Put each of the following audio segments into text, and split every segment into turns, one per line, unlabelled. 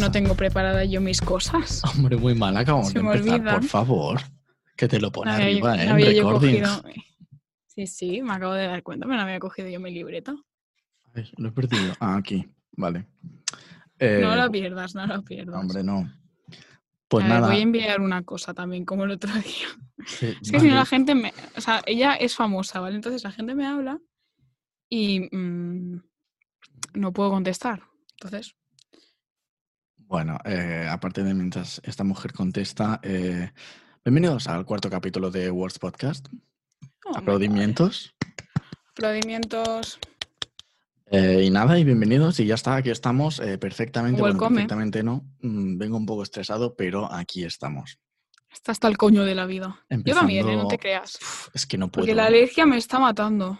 no tengo preparada yo mis cosas.
Hombre, muy mal, acabamos
Se
de
me
empezar,
olvida.
por favor. Que te lo pone
Había-
arriba, ¿eh? En
había yo
recordings.
cogido- Sí, sí, me acabo de dar cuenta, me la había cogido yo mi libreta.
Ay, lo he perdido. Ah, aquí. Vale.
no
Eh,
la pierdas, no la pierdas.
Hombre, no. Pues
A ver,
nada.
Voy a enviar una cosa también, como el otro día.
sí,
Es que si no
vale.
la gente me... O sea, ella es famosa, ¿vale? Entonces la gente me habla y mm, no puedo contestar. Entonces,
Bueno, eh, aparte de mientras esta mujer contesta, eh, bienvenidos al cuarto capítulo de Words Podcast.
oh my God.
Aplaudimientos.
Aplaudimientos.
Eh, y nada, y bienvenidos. Y ya está, aquí estamos eh, perfectamente. bueno,
Welcome.
perfectamente no. Mm, vengo un poco estresado, pero aquí estamos.
Está hasta el coño de la vida. Yo también, ¿eh? no te
Empezando-
creas.
Uf, Es que no puedo.
Porque la alergia me está matando.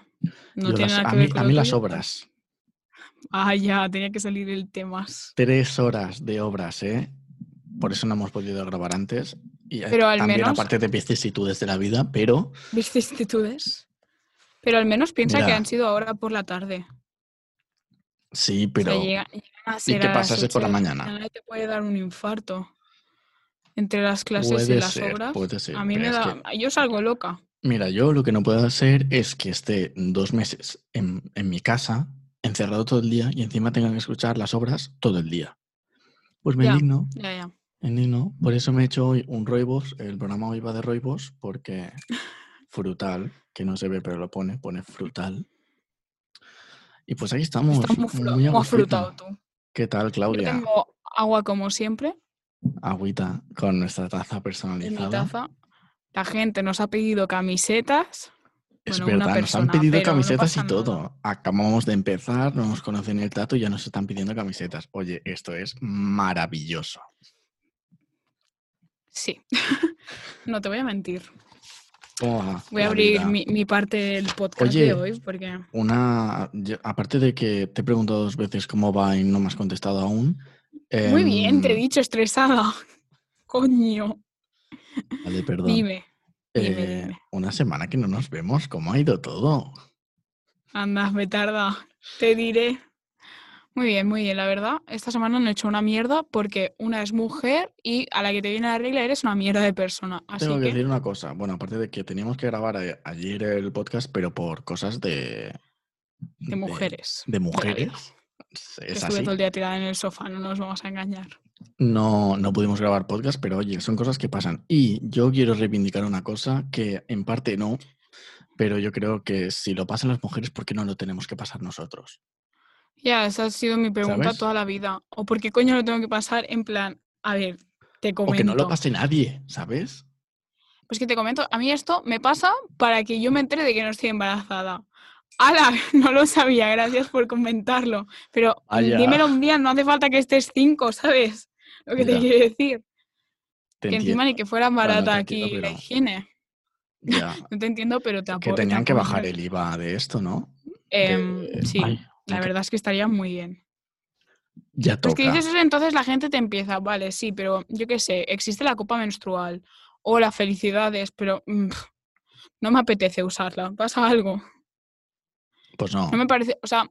No
Yo
tiene
las-
nada
a
que
mí,
ver con
a
lo
mí las
tuyo.
obras.
Ah, ya, tenía que salir el tema.
Tres horas de obras, ¿eh? Por eso no hemos podido grabar antes. Y eh,
Pero al
también
menos-
aparte de vicisitudes de la vida, pero
Vicisitudes. Pero al menos piensa que
Mira.
han sido ahora por la tarde.
sí,
O sea,
pero
llega- llegan a
¿y
ser
qué
a las
pasa si es por la
ocho de
mañana?
y te puede dar un infarto. Entre las clases y
Puede
las
ser,
obras.
puede ser.
a mí
pero
me
es
da.
que-
Yo salgo loca.
mira, yo lo que no puedo hacer es que esté dos meses en, en mi casa, encerrado todo el día y encima tenga que escuchar las obras todo el día. Pues me
Ya.
indigno,
Ya, ya.
me indigno. Por eso me he hecho hoy un roibos, el programa hoy va de roibos, porque frutal, que no se ve pero lo pone, pone frutal. Y pues ahí estamos,
Estás muy, fru-
muy a gustito.
muy afrutado tú.
¿Qué tal,
Yo
Claudia?
tengo agua como siempre
Agüita con nuestra taza
en mi
personalizada.
taza. La gente nos ha pedido camisetas.
Es
Bueno, una
verdad, nos
persona,
han pedido
pero no
camisetas
pasa
y
nada.
todo. Acabamos de empezar, no nos conocen el trato y ya nos están pidiendo camisetas. Oye, esto es maravilloso.
Sí. no te voy a mentir.
Buah,
Voy a
la
abrir
vida.
mi, mi parte del podcast
Oye.
de hoy porque
Una, yo- aparte de que te he preguntado dos veces cómo va y no me has contestado aún.
muy bien, te he
em,
dicho estresada. Coño,
Vale, perdón.
dime, dime,
Eh,
dime.
Una semana que no nos vemos, ¿cómo ha ido todo?
anda, me tarda, te diré. Muy bien, muy bien, la verdad, esta semana no he hecho una mierda porque una es mujer y a la que te viene la regla eres una mierda de persona. Así
Tengo que
que,
decir una cosa. Bueno, aparte de que teníamos que grabar a- ayer el podcast, pero por cosas de.
de mujeres.
De, mujeres.
vida. que
Es
estuve
así.
todo el día tirada en el sofá, no nos vamos a engañar.
No, no pudimos grabar podcast, pero oye, son cosas que pasan. Y yo quiero reivindicar una cosa que en parte no, pero yo creo que si lo pasan las mujeres, ¿por qué no lo tenemos que pasar nosotros?
Ya, esa ha sido mi pregunta
¿Sabes?
toda la vida. ¿O por qué coño lo tengo que pasar en plan, a ver, te comento.
O que no lo pase nadie, ¿sabes?
Pues que te comento, a mí esto me pasa para que yo me entere de que no estoy embarazada. ¡Hala! No lo sabía, gracias por comentarlo. Pero mm,
Vaya.
dímelo un día, no hace falta que estés cinco, ¿sabes? Lo que
Ya,
te quiero decir.
Te
que encima ni
entiendo.
que fuera
no te
barata
entiendo,
aquí la
pero-
higiene.
Ya,
No te entiendo, pero
que
te apoyo.
tenían que bajar el IVA de esto, ¿no? De-
em, sí,
Ay,
la
ok,
verdad es que estaría muy bien.
Ya
Pues
toca.
que dices eso, entonces la gente te empieza, vale, sí, pero yo qué sé, existe la copa menstrual o las felicidades, pero mm, no me apetece usarla. Pasa algo.
Pues no.
No me parece, o sea,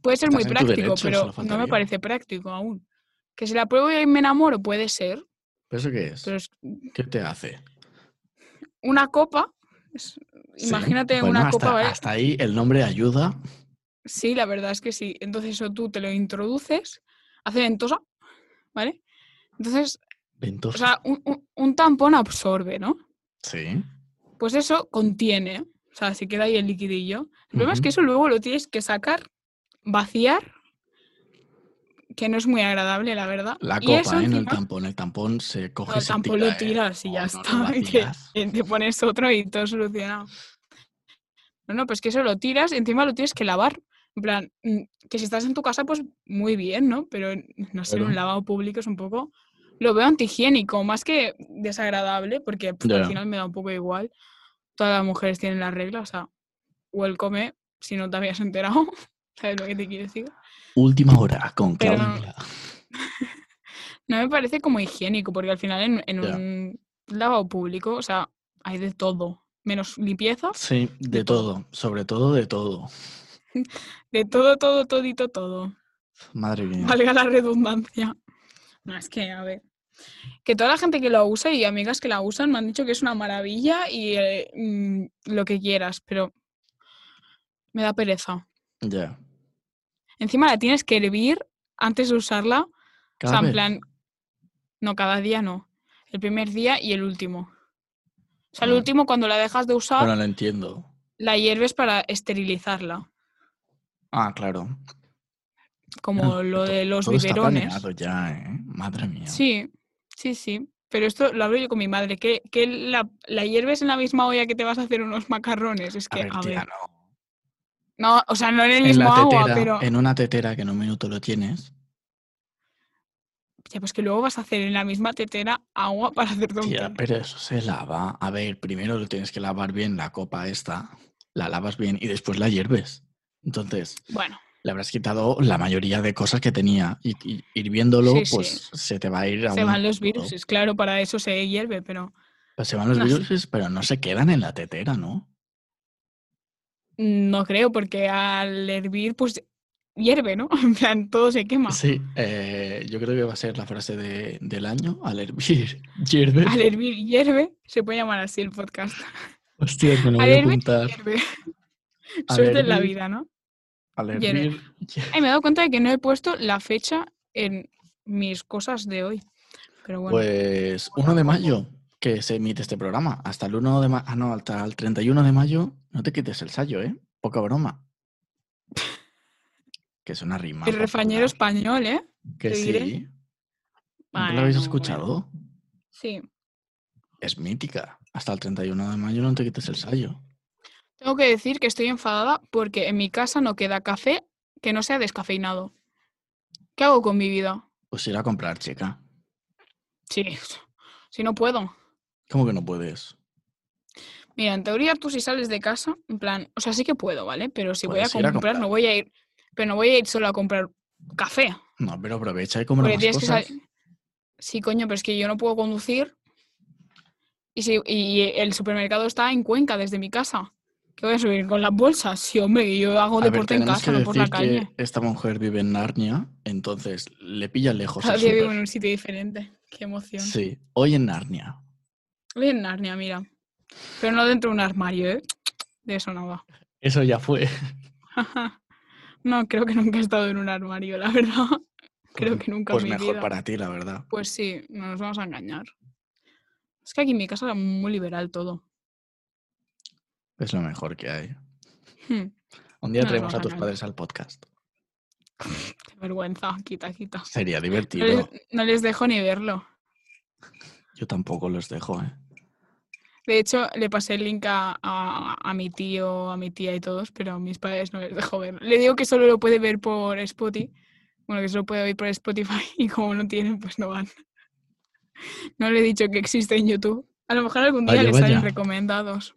puede ser muy
Estás en tu
práctico,
derecho, solo
pero no
faltaría.
me parece práctico aún. Que si la pruebo y me enamoro, puede ser,
¿Pero eso qué es?
pero es
¿Qué te hace?
una copa. es-
Sí.
Imagínate
Bueno,
una
hasta,
copa, ¿eh? ¿vale?
hasta ahí el nombre ayuda.
Sí, la verdad es que sí. Entonces eso tú te lo introduces, hace ventosa, ¿vale? Entonces, o
Ventosa.
sea, un, un- un tampón absorbe, ¿no?
sí.
Pues eso contiene, o sea, se queda ahí el liquidillo. El problema es
Ujú.
que eso luego lo tienes que sacar, vaciar, que no es muy agradable, la verdad.
La
y
copa,
eso
¿eh? No el
encima-
tampón. El tampón se coge
No,
se
tampoco
tira,
lo
¿eh?
tiras y
No,
ya
no lo
está. y te,
vacilas.
y te pones otro y todo solucionado. No, no, pues que eso lo tiras y encima lo tienes que lavar. En plan, mm, que si estás en tu casa, pues muy bien, ¿no? Pero en- no sé, en
Claro.
un lavado público es un poco. Lo veo antihigiénico, más que desagradable, porque pf,
Ya.
al final me da un poco igual. Todas las mujeres tienen la regla, o sea, welcome, si no te habías enterado, ¿sabes lo que te quiero decir?
Última hora con
Pero-
Claudia. Mila.
No me parece como higiénico, porque al final en, en
Ya.
un lavado público, o sea, hay de todo. Menos limpieza,
Sí, de
De todo.
todo. Sobre todo de todo.
de todo, todo, todito, todo.
Madre mía.
Valga la redundancia. No, es que, a ver. Que toda la gente que lo usa y amigas que la usan me han dicho que es una maravilla y eh, mm, lo que quieras, pero me da pereza.
Ya.
Encima la tienes que hervir antes de usarla. O
Cada
sea, en
vez.
plan. No, cada día no. El primer día y el último. O sea, el
Ah.
último cuando la dejas de usar,
Bueno, lo entiendo.
la hierves para esterilizarla.
Ah, claro.
Como lo de los
Todo está
biberones.
planeado ya, ¿eh? Madre mía.
Sí, sí, sí. Pero esto lo hablo yo con mi madre, que, que la, la hierves en la misma olla que te vas a hacer unos macarrones. Es
A
que,
ver,
a
tía,
ver.
no.
No, o sea, no en el
En,
mismo
la
agua,
tetera,
pero.
en una tetera que en un minuto lo tienes.
Ya, pues que luego vas a hacer en la misma tetera agua para hacer
Tía,
dumpling.
pero eso se lava. A ver, primero lo tienes que lavar bien la copa esta. La lavas bien y después la hierves. Entonces,
Bueno,
le habrás quitado la mayoría de cosas que tenía. Y, y hirviéndolo,
Sí, sí.
pues se te va a ir a
se
un-
van los
todo.
virus, claro, para eso se hierve, pero.
Pues se van los
no sé.
virus, pero no se quedan en la tetera, ¿no?
No creo, porque al hervir, pues hierve, ¿no? En plan, todo se quema.
Sí, eh, yo creo que va a ser la frase de- del año. Al hervir, hierve.
Al hervir hierve, se puede llamar así el podcast.
Hostia, me lo
Al
voy a
hervir
apuntar.
hierve.
Al
Suerte en la
hervir.
vida, ¿no?
Al
hierve.
hervir, hierve.
Ay, me he dado cuenta de que no he puesto la fecha en mis cosas de hoy. Pero bueno,
Pues 1 de mayo que se emite este programa. Hasta el 1 de mayo. Ah, no, hasta el 31 de mayo no te quites el sayo, ¿eh? Poca broma. Que es una rima.
el refañero
popular.
español, ¿eh?
Que
te
sí.
diré.
¿Nunca lo habéis
Bueno,
escuchado?
bueno. Sí.
Es mítica. Hasta el 31 de mayo no te quites el sayo.
Tengo que decir que estoy enfadada porque en mi casa no queda café que no sea descafeinado. ¿Qué hago con mi vida?
Pues ir a comprar, chica.
Sí, si no puedo.
¿Cómo que no puedes?
Mira, en teoría tú si sales de casa, en plan, o sea, sí que puedo, ¿vale? Pero si voy a
Puedes ir a
comprar, no voy a ir, pero no voy a ir solo a comprar café.
No, pero aprovecha y compra
porque
más
tienes que
cosas.
sal- Sí, coño, pero es que yo no puedo conducir. Y, si, y el supermercado está en Cuenca, desde mi casa. ¿Qué voy a subir con las bolsas? Sí, hombre, que yo hago
A ver,
deporte en
tenemos
casa,
que
no por la
decir que
calle.
esta mujer vive en Narnia, entonces le pilla lejos.
Cada
el
día vivo
súper.
en un sitio diferente. Qué emoción.
Sí, hoy en Narnia.
Voy en Narnia, mira. Pero no dentro de un armario, ¿eh? De eso nada.
Eso ya fue.
no, creo que nunca he estado en un armario, la verdad. Creo que nunca en
Pues
mi
mejor
vida.
para ti, la verdad.
Pues sí, no nos vamos a engañar. Es que aquí en mi casa era muy liberal todo.
Es lo mejor que hay.
Hmm,
Un día
No,
traemos
no,
a tus
no.
padres al podcast.
Qué vergüenza, quita, quita.
Sería
No les,
divertido.
no les dejo ni verlo.
Yo tampoco los dejo, ¿eh?
De hecho, le pasé el link a, a- a mi tío, a mi tía y todos, pero a mis padres no les dejo verlo. Le digo que solo lo puede ver por Spotify. Bueno, que solo puede oír por Spotify y como no tienen, pues no van. No le he dicho que existe en YouTube. A lo mejor algún día
Vaya,
le salen
vaya.
recomendados.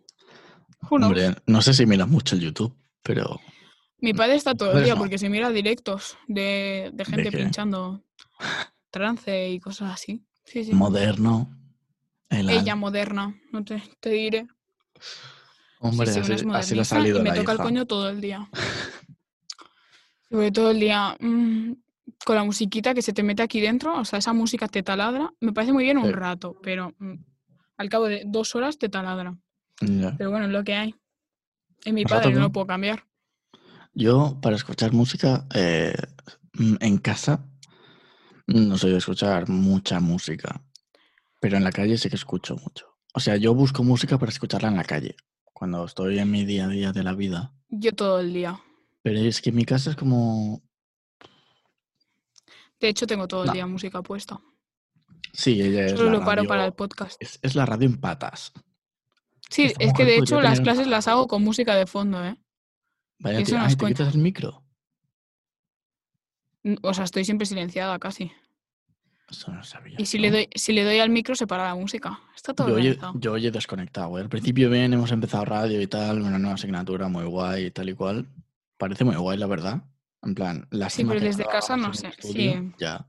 Who knows?
Hombre, no sé si miras mucho el YouTube, pero
Mi padre está
mis
todo el
padres
día
no.
porque se mira directos de, de gente
qué?
pinchando trance y cosas así. Sí, sí.
moderno. El
Ella
al-
moderna, no te, te diré. Sí,
Hombre,
sí, una
así,
es
así le ha
moderniza
salido
y me
la
toca
hija.
el coño todo el día. Sobre todo el día mm, con la musiquita que se te mete aquí dentro, o sea, esa música te taladra. Me parece muy bien un
Sí.
rato, pero mm, al cabo de dos horas te taladra.
Ya.
Pero bueno, es lo que hay. Es mi
Un
padre,
rato,
no
¿no?
lo puedo cambiar.
Yo, para escuchar música eh, mm, en casa, no soy de escuchar mucha música, pero en la calle sí que escucho mucho. O sea, yo busco música para escucharla en la calle, cuando estoy en mi día a día de la vida.
Yo todo el día.
Pero es que en mi casa es como...
De hecho, tengo todo el
No.
día música puesta.
Sí, ella es
Solo
la
lo paro para el
radio-
podcast.
es, es la radio en patas.
Sí,
Esta
es que
mujer
de
podría
hecho las
tener-
clases las hago con música de fondo, ¿eh?
Vaya,
eso
tía,
no
ay,
es
te
coña.
quitas el micro.
N- O sea, estoy siempre silenciada casi.
Eso no lo sabía.
Y si
yo.
le doy, si le doy al micro, se para la música. Está todo
Yo oye,
organizado.
yo oye desconectado. ¿eh? Al principio bien, hemos empezado radio y tal, una nueva asignatura muy guay y tal y cual. Parece muy guay, la verdad. En plan, lástima
pero
que
desde casa
grabábamos en
no
un
sé,
estudio,
sí.
Ya.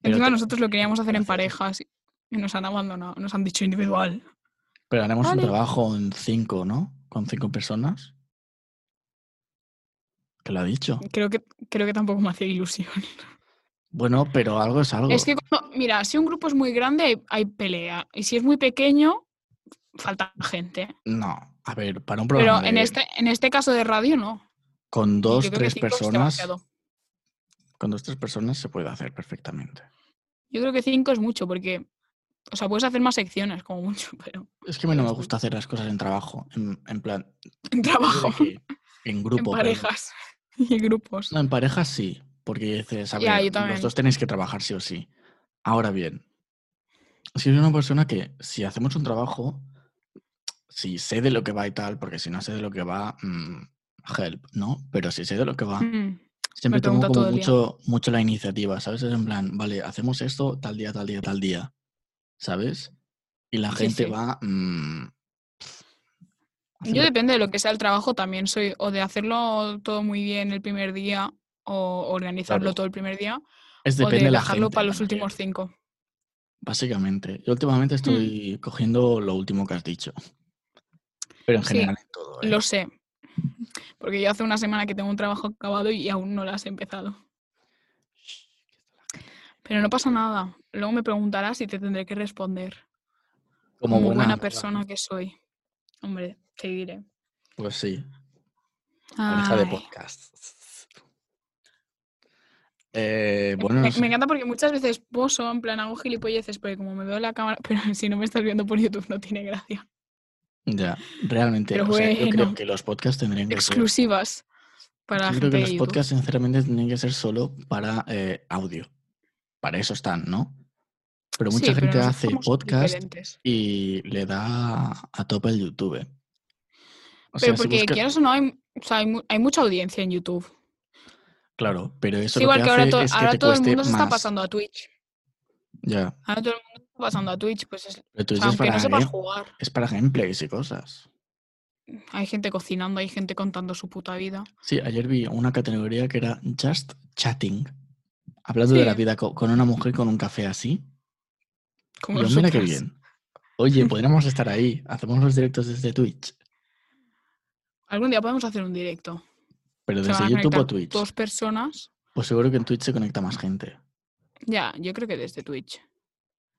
Pero
Encima
te-
nosotros lo queríamos hacer en
hacer-
parejas y y nos han abandonado, nos han dicho individual.
Pero haremos
Vale.
un trabajo en cinco, ¿no? Con cinco personas. Que lo ha dicho.
Creo que, creo que tampoco me hacía ilusión.
Bueno, pero algo es algo.
Es que, cuando- mira, si un grupo es muy grande, hay, hay pelea. Y si es muy pequeño, falta gente.
No, a ver, para un
Pero
programa
en
de-
este, en este caso de radio, no.
con
Yo
dos,
creo que
tres
cinco es
personas,
demasiado.
con dos, tres personas se puede hacer perfectamente.
Yo creo que cinco es mucho, porque. O sea, puedes hacer más secciones, como mucho, pero.
Es que a mí no me
Pero sí.
gusta hacer las cosas en trabajo, en, en plan,
En trabajo,
yo diría que en grupo.
en
pero-
parejas y grupos.
No, en pareja sí, porque dices, a
Ya,
ver,
yo también.
los dos tenéis que trabajar sí o sí. Ahora bien, si soy una persona que si hacemos un trabajo, si sé de lo que va y tal, porque si no sé de lo que va, mm, help, ¿no? Pero si sé de lo que va,
Mm,
siempre tomo
pregunta todo
como
el día.
mucho, mucho la iniciativa, ¿sabes? Es en plan, vale, hacemos esto tal día, tal día, tal día, ¿sabes? Y la
Sí,
gente
sí.
va... mm,
Yo
haciendo-
depende de lo que sea el trabajo también soy o de hacerlo todo muy bien el primer día o organizarlo
Claro.
todo el primer día
es
o de
depende de la
dejarlo
gente
para los
también.
últimos cinco.
Básicamente, yo últimamente
Mm.
estoy cogiendo lo último que has dicho. Pero en
Sí,
general en todo. ¿eh?
Lo sé. Porque yo hace una semana que tengo un trabajo acabado y aún no lo has empezado. Pero no pasa nada. Luego me preguntarás y te tendré que responder. Como buena,
amiga.
persona que soy. Hombre, te diré.
Pues sí, pareja de
Ay.
podcast. Eh,
Me-
bueno, no
me,
sé.
me encanta porque muchas veces poso, en plan hago gilipolleces, porque como me veo en la cámara, pero si no me estás viendo por YouTube no tiene gracia.
Ya, realmente.
Pero
o sea, yo creo
bueno.
que los podcasts tendrían que ser.
Exclusivas para la
Yo
gente
creo que
de
los
YouTube.
podcasts, sinceramente, tendrían que ser solo para eh, audio. Para eso están, ¿no? Pero mucha
Sí, pero
gente
nosotros
hace
somos
podcast
diferentes.
y le da a tope el YouTube. O
Pero
si
porque
busca-
quieras o no, hay, o sea, hay, mu- hay mucha audiencia en YouTube.
Claro, pero eso
es
lo
igual que,
que,
ahora,
hace
to-
es que
ahora
te
todo el
cueste
mundo se está
más.
pasando a Twitch.
Ya,
Ahora todo el mundo se está pasando a Twitch, pues es,
pero tú
o sea,
dices
aunque
para
no sepas
game-
jugar.
es para gameplays y cosas.
Hay gente cocinando, hay gente contando su puta vida.
Sí, ayer vi una categoría que era Just Chatting. Hablando de la
Sí.
vida co- con una mujer con un café así.
Como
Yo, mira qué
nosotras.
bien. Oye, podríamos estar ahí. Hacemos los directos desde Twitch.
Algún día podemos hacer un directo.
Pero
Se van
desde
a
YouTube o
conectar
Twitch.
dos personas.
Pues seguro que en Twitch se conecta más gente.
Ya, yo creo que desde Twitch.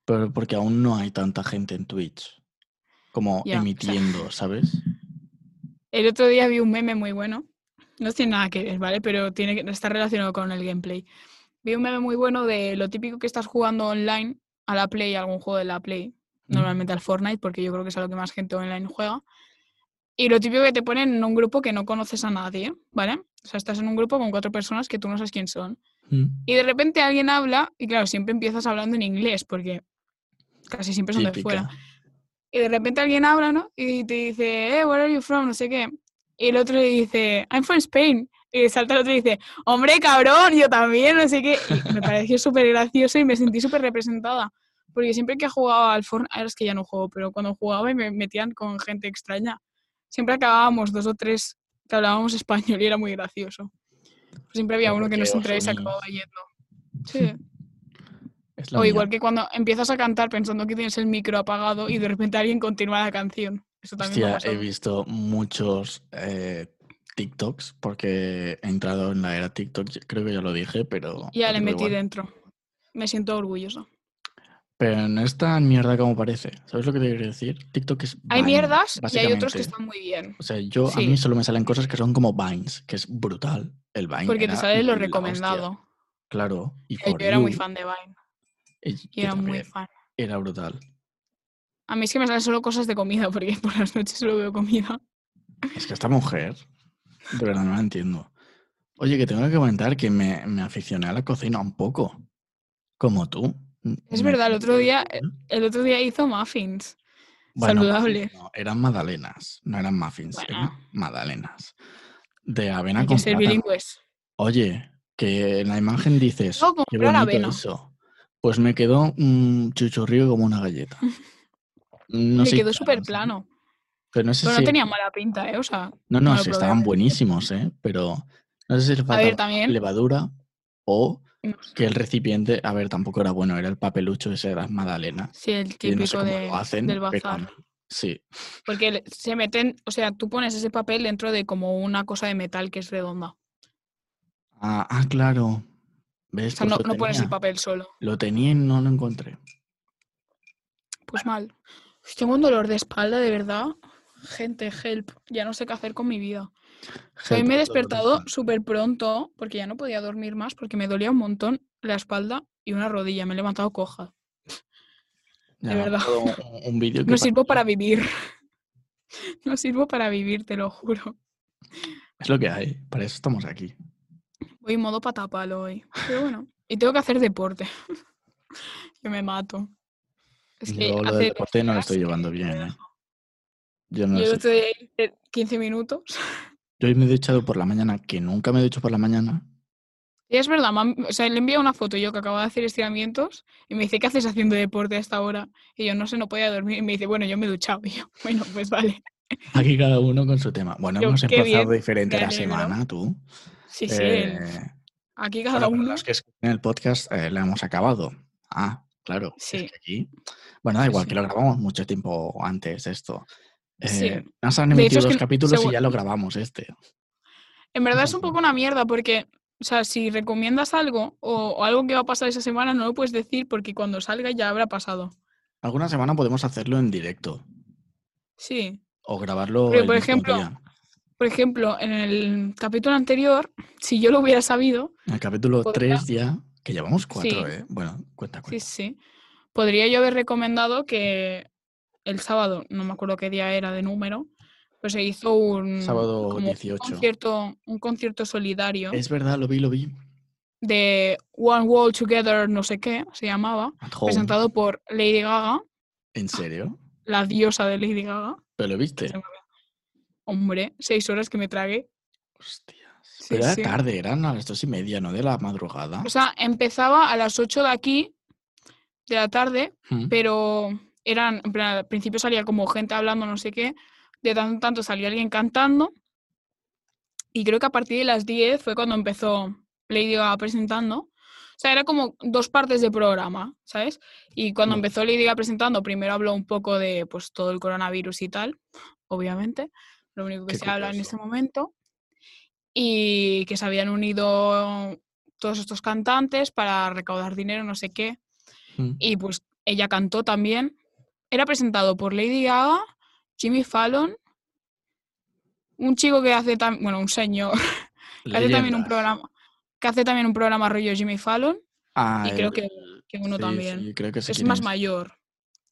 Pero porque aún no hay tanta gente en Twitch. Como
Ya, o sea-
emitiendo, ¿sabes?
El otro día vi un meme muy bueno. No tiene nada que ver, ¿vale? Pero tiene que, está relacionado con el gameplay. Vi un meme muy bueno de lo típico que estás jugando online a la Play, a algún juego de la Play.
Mm.
Normalmente al Fortnite, porque yo creo que es a lo que más gente online juega. Y lo típico que te ponen en un grupo que no conoces a nadie, ¿vale? O sea, estás en un grupo con cuatro personas que tú no sabes quién son.
Mm.
Y de repente alguien habla, y claro, siempre empiezas hablando en inglés, porque casi siempre son de fuera.
Típica.
Y de repente alguien habla, ¿no? Y te dice, eh, where are you from? No sé qué. Y el otro le dice, I'm from Spain. Y salta el otro y dice, hombre, cabrón, yo también, no sé qué. Y me pareció súper gracioso y me sentí súper representada. Porque siempre que jugaba al Fortnite, ahora es que ya no juego, pero cuando jugaba y me metían con gente extraña, siempre acabábamos dos o tres que hablábamos español y era muy gracioso. Siempre había
Pero
uno que no
porque
se
os
entraba y se
unís.
acababa yendo. Sí.
Es la
O
unión.
igual que cuando empiezas a cantar pensando que tienes el micro apagado y de repente alguien continúa la canción. Eso también me ha
Hostia, he
pasado.
visto muchos eh, TikToks porque he entrado en la era TikTok, ya- creo que ya lo dije, pero.
Ya
lo
le
digo
metí
igual.
dentro. Me siento orgullosa.
Pero no es tan mierda como parece. ¿Sabes lo que te quiero decir? TikTok es.
Hay
Vine,
mierdas y hay otros
básicamente.
que están muy bien.
O sea, yo a
Sí.
mí solo me salen cosas que son como Vines, que es brutal. El Vine.
Porque te
era
sale lo
la hostia,
recomendado.
Claro. Y
Yo
For
era muy
You,
fan de Vine.
y-
Yo
yo
era muy
también,
fan.
Era brutal.
A mí es que me salen solo cosas de comida, porque por las noches solo veo comida.
Es que esta mujer, de verdad no la entiendo. Oye, que tengo que comentar que me, me aficioné a la cocina un poco, como tú. Mm,
Es
Me-
verdad, el otro día-
Bueno,
El otro día hizo muffins. saludable.
no, eran magdalenas, no eran muffins, eran
Bueno.
magdalenas. De avena
Hay que
con
ser
plátano.
bilingües.
Oye, que en la imagen dices,
Tengo que
qué
comprar
bonito
avena".
eso. Pues me quedó un chuchurrío como una galleta. No
Me
sé
quedó
qué
súper
tal,
plano.
Pero no sé
Pero
si...
no tenía mala pinta, ¿eh? O sea,
No, no,
No lo
sí,
probé,
estaban
obviamente.
buenísimos, ¿eh? Pero no sé si le
a
faltaba
ver, también.
levadura o
no sé.
que el recipiente, a ver, tampoco era bueno, era el papelucho ese de las magdalenas.
Sí, el
que no sé
típico
cómo
de,
lo hacen,
del
pero
bazar.
sí,
Porque le- se meten, o sea, tú pones ese papel dentro de como una cosa de metal que es redonda.
Ah, ah, claro. ¿Ves?
O sea,
Pues
no,
lo
no pones el
tenía.
papel solo.
Lo tenía y no lo encontré.
Pues mal. Uf, Tengo un dolor de espalda, de verdad. Gente, help. Ya no sé qué hacer con mi vida.
Help,
Hoy me he
dolor de
despertado
espalda.
súper pronto porque ya no podía dormir más porque me dolía un montón la espalda y una rodilla. Me he levantado coja.
Ya
de
me
verdad.
acuerdo Un, un vídeo que
No
pa-
sirvo para vivir. No sirvo para vivir, te lo juro.
es lo que hay. Para eso estamos aquí.
Voy en modo patapalo hoy. Pero bueno. Y tengo que hacer deporte. Yo me mato. Es que
Yo lo
hace
del deporte no lo estoy
horas
llevando
que
bien.
no
¿eh? Yo no lo
Yo
sé.
estoy ahí de 15 minutos.
Yo hoy me he duchado por la mañana, que nunca me he duchado por la mañana.
Y es verdad, mam- o sea, le envía una foto yo que acabo de hacer estiramientos y me dice, ¿qué haces haciendo deporte a esta hora? Y yo, no sé, no podía dormir. Y me dice, bueno, yo me he duchado. Y yo, bueno, pues vale.
Aquí cada uno con su tema. Bueno,
Yo,
hemos
qué
empezado
bien,
diferente
me
la
alegro.
semana, tú.
Sí, sí,
Eh,
el- aquí
bueno,
cada
para
uno.
los que escuchen el podcast eh, la hemos acabado. Ah, claro. es
Sí.
que aquí- Bueno, da
Sí,
igual,
sí.
que lo grabamos mucho tiempo antes de esto. Eh,
Sí.
Nos han
De hecho,
emitido
es
dos
que
capítulos y
según-
ya lo grabamos este.
En verdad es un
Ujú.
poco una mierda porque, o sea, si recomiendas algo o, o algo que va a pasar esa semana, no lo puedes decir porque cuando salga ya habrá pasado.
Alguna semana podemos hacerlo en directo
Sí.
o grabarlo
Porque,
el
por
mismo
ejemplo,
día.
Por ejemplo, en el capítulo anterior, si yo lo hubiera sabido,
En el capítulo
podría-
3 ya, que llevamos 4,
Sí.
¿eh? Bueno, cuenta,
Sí,
cuenta.
sí. Podría yo haber recomendado que el sábado, no me acuerdo qué día era de número, pues se hizo un,
Sábado
como un
18.
concierto, un concierto solidario
Es verdad, lo vi, lo vi.
de One Wall Together, no sé qué, se llamaba,
At home.
presentado por Lady Gaga,
¿En serio?
la diosa de Lady Gaga.
¿Pero lo viste?
Se me había- Hombre, seis horas que me tragué.
Hostias.
Sí,
Pero era
sí. Pues,
tarde, eran a las dos y media, ¿no? De la madrugada.
O sea, empezaba a las 8 de aquí, de la tarde,
Ujú.
pero eran, en plan, al principio salía como gente hablando, no sé qué, de tanto en tanto salía alguien cantando, y creo que a partir de las 10 fue cuando empezó Lady Gaga presentando. O sea, era como dos partes de programa, ¿sabes? Y cuando
Mm.
empezó Lady Gaga presentando, primero habló un poco de pues todo el coronavirus y tal, obviamente, lo único que
Qué
se habla en
curioso.
este momento, y que se habían unido todos estos cantantes para recaudar dinero, no sé qué.
Mm.
Y pues ella cantó también. Era presentado por Lady Gaga, Jimmy Fallon, un chico que hace también, bueno, un señor, que hace también un
Leyendas.
programa, que hace también un programa rollo Jimmy Fallon,
Ah,
y creo
el-
que, que uno
sí,
también.
sí, creo que sé
Es
quién
más mayor,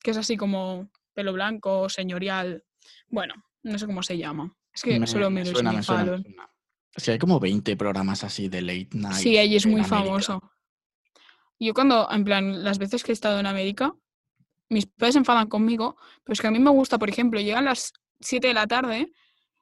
que es así como pelo blanco, señorial. Bueno, no sé cómo se llama. Es que
Me,
solo
me
miro
suena,
Jimmy
me suena, me
Fallon.
suena. Es que hay como 20 programas así de late night.
Sí, ella es
Ah, en
muy
América.
famoso. Yo cuando, en plan, las veces que he estado en América, mis padres se enfadan conmigo, pero es que a mí me gusta, por ejemplo, llegan las 7 de la tarde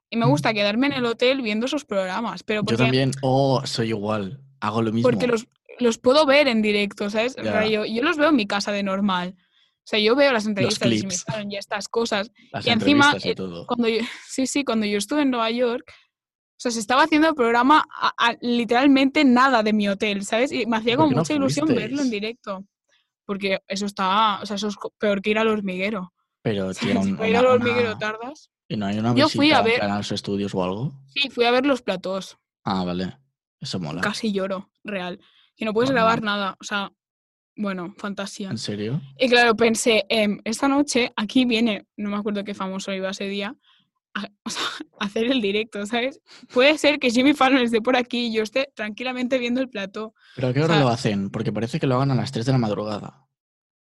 y me
Mm.
gusta quedarme en el hotel viendo esos programas, pero
Yo
porque,
también, oh, soy igual, hago lo mismo.
porque los, los puedo ver en directo, ¿sabes? En
Ya.
plan, yo, yo los veo en mi casa de normal. O sea, yo veo las entrevistas de Jimmy
clips.
Fallon y estas cosas.
Las
Y encima,
entrevistas y
eh,
todo.
cuando yo, sí, sí, cuando yo estuve en Nueva York, o sea, se estaba haciendo el programa a- a literalmente nada de mi hotel, ¿sabes? Y me hacía
por
como
qué no
mucha ilusión verlo en
fuisteis?
directo. Porque eso está, o sea, eso es co- peor que ir al hormiguero.
Pero, tía,
Si
un-
para ir al
una,
hormiguero
una...
tardas.
¿Y no hay una
Yo fui
visita
a
en
ver-
plan a los estudios o algo?
Sí, fui a ver los platós.
Ah, vale. Eso mola.
Casi lloro, real. Y no puedes
Ah. Normal.
grabar nada. O sea, bueno, fantasía.
¿En serio?
Y claro, pensé, em, esta noche aquí viene, no me acuerdo qué famoso iba ese día, a, o sea, a hacer el directo, ¿sabes? Puede ser que Jimmy Fallon esté por aquí y yo esté tranquilamente viendo el plató.
¿Pero a qué
O
hora
sea-
lo hacen? Porque parece que lo hagan a las 3 de la madrugada.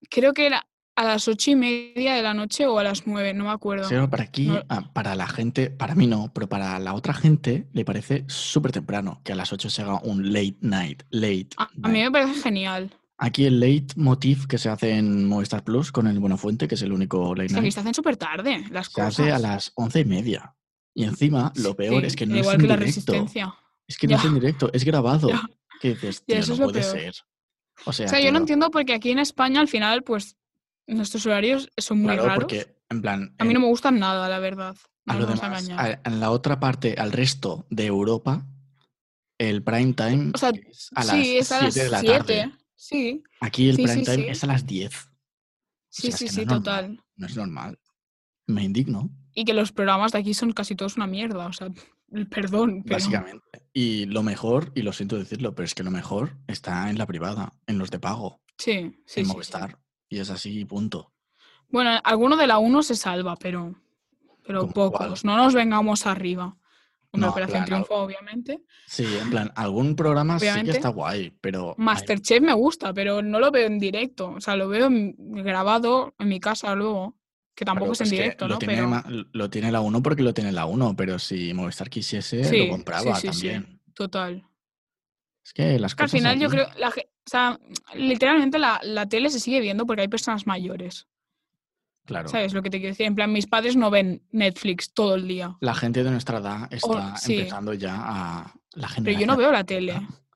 Creo que era a las ocho y media de la noche o a las nueve, no me acuerdo.
Sí, para aquí,
No-
ah, para la gente, para mí no, pero para la otra gente le parece súper temprano que a las 8 se haga un late night, late
A, a mí
night.
me parece genial.
Aquí el late motif que se hace en Movistar Plus con el Buenafuente, que es el único late
Es que aquí
night,
se hacen súper tarde las
se hace a
cosas.
las once y media. Y encima lo peor es
Sí,
que no es
igual
en
que la
directo.
resistencia.
Es que no es
Ya,
en directo, es grabado.
ya.
Que dices,
Ya,
tío,
eso
no
es lo
puede
peor.
ser. O
O
sea,
sea, yo no
claro,
entiendo porque aquí en España al final, pues, nuestros horarios son muy
claro,
raros.
porque en plan,
A mí
en-
no me gustan nada, la verdad.
a
No
lo
nos vamos a
demás,
engañar.
a- en la otra parte, al resto de Europa, el prime time
O sea,
es a las
sí, es a las
7 de la
7.
tarde.
Sí,
Aquí el
sí,
prime
sí,
time
sí.
es a las 10. O
Sí,
sea, es que
sí,
no
sí,
es normal.
total.
No es normal. Me indigno.
Y que los programas de aquí son casi todos una mierda. O sea, Perdón, pero...
básicamente. Y lo mejor, y lo siento decirlo, pero es que lo mejor está en la privada, en los de pago,
Sí, sí,
en
sí, sí.
Movistar. Y es así, y punto.
Bueno, alguno de la 1 se salva, pero, pero
¿Cómo cuál?
pocos. No nos vengamos arriba. Una
No,
operación
claro.
triunfo, obviamente.
Sí, en plan, algún programa sí
Obviamente.
que está guay, pero. hay-
Masterchef me gusta, pero no lo veo en directo. O sea, lo veo en- grabado en mi casa luego, que tampoco
claro,
es en
que
directo,
lo
¿no?
Tiene,
Pero
ma- lo tiene la 1 porque lo tiene la 1, pero si Movistar quisiese,
Sí, sí,
lo compraba
sí, sí.
también.
total.
Es que las
Es que al
cosas.
final yo
aquí-
creo, la, ge- o sea, literalmente la, la tele se sigue viendo porque hay personas mayores.
Claro.
¿Sabes lo que te quiero decir? En plan, mis padres no ven Netflix todo el día.
La gente de nuestra edad está
sí.
empezando ya a. La
Pero
generación.
yo no veo la tele.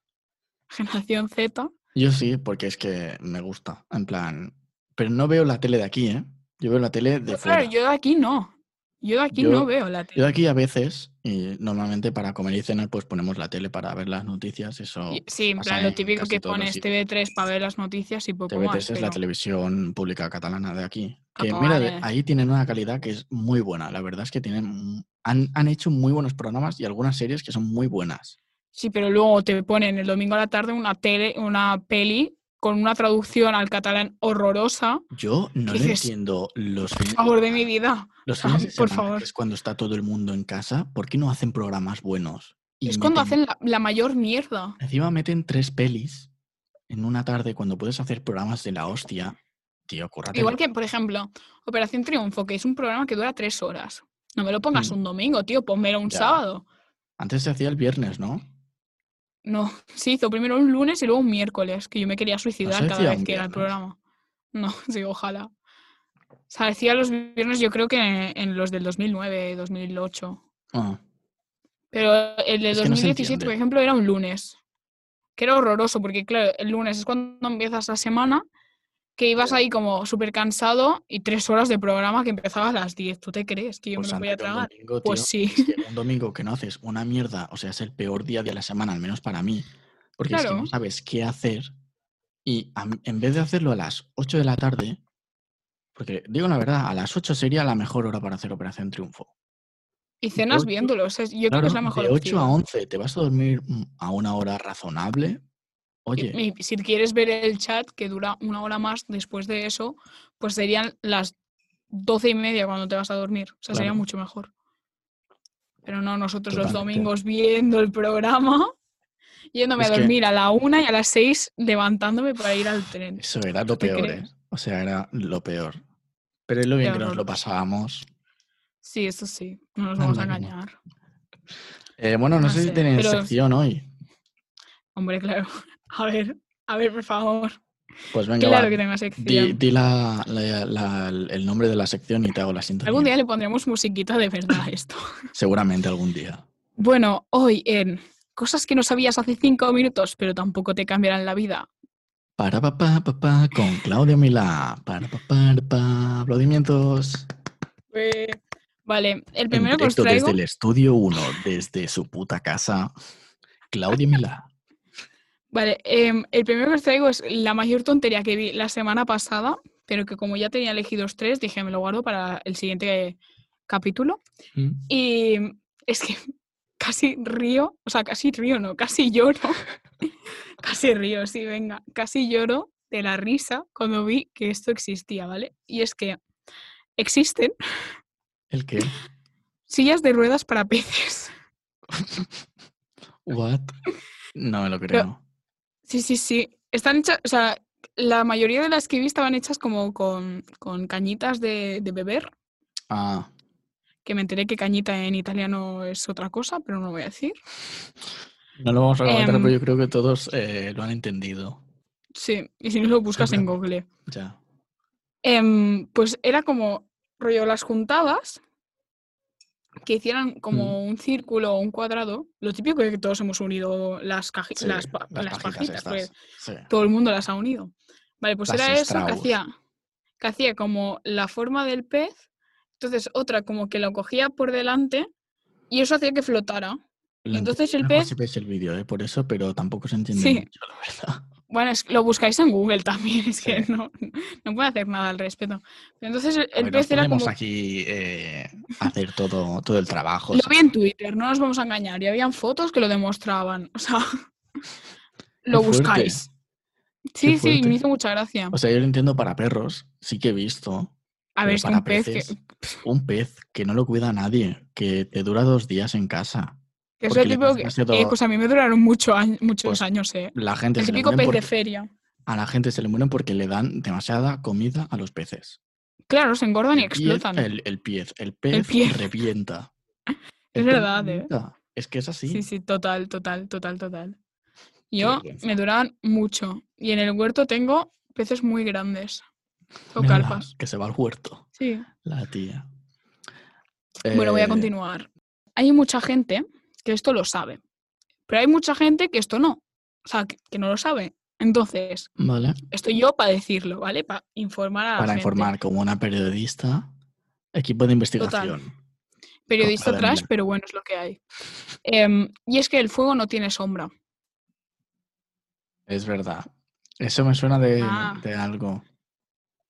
Generación Z.
Yo sí, porque es que me gusta. En plan. Pero no veo la tele de aquí, ¿eh? Yo veo la tele de
Yo,
fuera.
claro, yo de aquí no. Yo de aquí
Yo-
no veo la
Yo
tele.
aquí a veces, y normalmente para comer y cenar, pues ponemos la tele para ver las noticias. Eso.
Y- Sí, en
pasa
plan, lo
en
típico
casi
que
todos los
pones
sitios.
TV3 para ver las noticias y poco
TVT
más.
es la
pero-
televisión pública catalana de aquí. Que
Como
mira, de-
Ah, pues vale.
ahí tienen una calidad que es muy buena. La verdad es que tienen, mm, han, han hecho muy buenos programas y algunas series que son muy buenas.
Sí, pero luego te ponen el domingo a la tarde una tele, una peli con una traducción al catalán horrorosa.
Yo no
¿Qué
lo
dices?
entiendo los
Por
fines,
favor de mi vida.
los fines de
por
semana, que
favor.
es cuando está todo el mundo en casa. ¿Por qué no hacen programas buenos? Y
Es cuando
meten-
hacen la, la mayor mierda.
Encima meten tres pelis en una tarde cuando puedes hacer programas de la hostia. Tío, cúrratelo.
Igual que, por ejemplo, Operación Triunfo, que es un programa que dura tres horas. No me lo pongas
Mm.
un domingo, tío, ponmelo un
Ya.
sábado.
Antes se hacía el viernes, ¿no?
No, se hizo primero un lunes y luego un miércoles, que yo me quería suicidar
hacía
cada vez
un
que era el
viernes?
programa. No, sí, ojalá. O sea, decía los viernes, yo creo que en, los del 2009, 2008.
Ah,
Pero el del
Es que no se
2017, por
entiende.
ejemplo, era un lunes. Que era horroroso, porque claro, el lunes es cuando empiezas la semana, que ibas ahí como súper cansado y tres horas de programa que empezaba a las 10. ¿Tú te crees que yo
pues
me lo voy a
ándate un
tragar?
domingo,
Pues
tío.
sí.
Es que un domingo que no haces una mierda, o sea, es el peor día de la semana, al menos para mí. Porque es que no
Claro.
sabes qué hacer. Y a m- en vez de hacerlo a las 8 de la tarde, porque digo la verdad, a las 8 sería la mejor hora para hacer Operación Triunfo.
Y cenas
ocho-
viéndolos. es- Yo creo que es la mejor
de 8 a
opción.
11 te vas a dormir mm, a una hora razonable. Oye,
Y, y si quieres ver el chat, que dura una hora más después de eso, pues serían las doce y media cuando te vas a dormir. O sea, sería
Claro.
mucho mejor. Pero no, nosotros los
Totalmente.
domingos viendo el programa, yéndome
Es
a
que-
dormir a la una y a las seis levantándome para ir al tren.
eso era lo
te
peor, ¿eh?
crees?
O sea, era lo peor. Pero es lo bien que nos
horror.
lo pasábamos.
Sí, eso sí, no nos vamos a
Anda, cómo.
engañar.
Eh, bueno, no,
No
sé, si
sé,
tienen
pero-
sección hoy.
Hombre, claro. A ver, a ver, por favor.
Pues venga,
Claro
va,
que tengo esa
Di,
sección.
di la- la- la- el nombre de la sección y te hago la sintonía.
Algún día le pondremos musiquita de verdad a esto.
Seguramente algún día.
Bueno, hoy en cosas que no sabías hace cinco minutos, pero tampoco te cambiarán la vida.
Para papá, papá, con Claudio Milá. Para papá, papá. Aplaudimientos.
Vale, el
En
primero que os
directo
traigo,
desde el estudio 1, desde su puta casa. Claudio Milá.
vale, em, el primero que os traigo es la mayor tontería que vi la semana pasada, pero que como ya tenía elegidos tres, dije me lo guardo para el siguiente capítulo.
¿Mm?
Y es que casi río, o sea, casi río, no, casi lloro. casi río, sí, venga, casi lloro de la risa cuando vi que esto existía, ¿vale? Y es que existen
¿El qué?
sillas de ruedas para peces.
¿What? No me lo creo.
Pero- Sí, sí, sí. Están hechas, o sea, la mayoría de las que vi estaban hechas como con, con cañitas de, de beber,
Ah,
que me enteré que cañita en italiano es otra cosa, pero no lo voy a decir.
no lo vamos a comentar,
Em.
pero yo creo que todos eh, lo han entendido.
Sí, y si no lo buscas en Google.
Ya.
Em, pues era como rollo las juntadas, que hicieran como
Mm.
un círculo o un cuadrado. Lo típico es que todos hemos unido las, caji-
Sí,
las, pa- las pajitas,
estas.
pues,
Sí.
todo el mundo las ha unido. Vale, pues
Las
era eso que
Strauss.
hacía, que hacía como la forma del pez, entonces otra como que lo cogía por delante y eso hacía que flotara.
Lo
Y entonces el
entiendo algo
pez-
si veis el vídeo, ¿eh? por eso, pero tampoco se entiende
Sí.
mucho, la verdad.
Bueno, es- lo buscáis en Google también, es que
Sí.
no, no puede hacer nada al respecto. Entonces el,
A
el
ver, nos
pez era
ponemos
como...
aquí eh, a hacer todo, todo el trabajo.
Lo
¿sabes?
vi en Twitter, no nos vamos a engañar. Y habían fotos que lo demostraban. O sea, lo
fuerte.
buscáis. Sí, sí,
fuerte.
me hizo mucha gracia.
O sea, yo lo entiendo para perros, sí que he visto. pero
A ver, es que
para
un pez que,
peces, Un pez que no lo cuida nadie, que te dura dos días en casa.
que es
porque
lo
le
típico que.
demasiado-
eh, pues a mí me duraron mucho año- muchos
Pues,
años, ¿eh?
La gente
El
se le
típico
mueren
pez de
porque-
feria.
a la gente se le mueren porque le dan demasiada comida a los peces.
Claro, se engordan y
El piez-
explotan.
El, el piez, el pez
piez.
revienta.
Es
El pez
verdad, ¿eh?
revienta. Es que es así.
Sí, sí, total, total, total, total. Yo
vergüenza.
me duraban mucho. Y en el huerto tengo peces muy grandes. O
Mírala,
carpas.
que se va al huerto,
Sí.
la tía.
Bueno, voy
Eh,
a continuar. Hay mucha gente que esto lo sabe, pero hay mucha gente que esto no, o sea, que, que no lo sabe. Entonces,
Vale,
estoy yo para decirlo, ¿vale? Para informar a la
para
gente.
informar como una periodista, equipo de investigación.
Periodista
Madre mía.
atrás, pero bueno, es lo que hay. Em, y es que el fuego no tiene sombra.
Es verdad. Eso me suena de,
Ah,
de algo.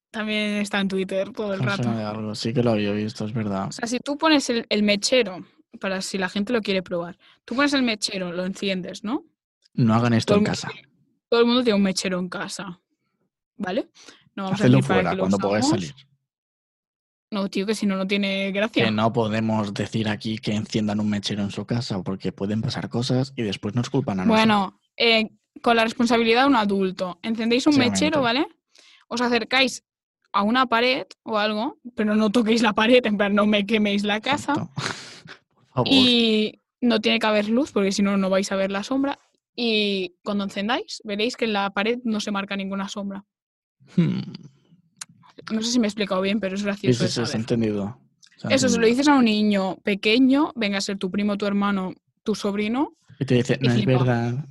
También está en Twitter todo el
Me
rato.
suena de algo. Sí que lo había visto, es verdad.
O sea, si tú pones el, el mechero, para si la gente lo quiere probar, tú pones el mechero, lo enciendes, ¿no?
No hagan esto
Todo
en
el
casa.
Todo el mundo tiene un mechero en casa, ¿vale? No vamos
Hacedlo
a decir para
fuera
qué lo
cuando podáis
usamos.
salir.
No, tío, que si no, no tiene
Que
gracia.
no podemos decir aquí que enciendan un mechero en su casa porque pueden pasar cosas y después nos culpan a nosotros.
Bueno, eh, con la responsabilidad de un adulto. Encendéis un mechero, ¿vale? Os acercáis a una pared o algo, pero no toquéis la pared, en plan, no me queméis la casa.
Exacto. Por favor.
Y no tiene que haber luz, porque si no, no vais a ver la sombra. Y cuando encendáis, veréis que en la pared no se marca ninguna sombra.
Hmm.
No sé si me he explicado bien, pero es
Sí,
gracioso.
sí,
de
sí, se ha
saber.
entendido. Se ha
Eso, se lo
entendido.
dices a un niño pequeño, venga a ser tu primo, tu hermano, tu sobrino,
Y te dice,
y
no es
flipa.
verdad.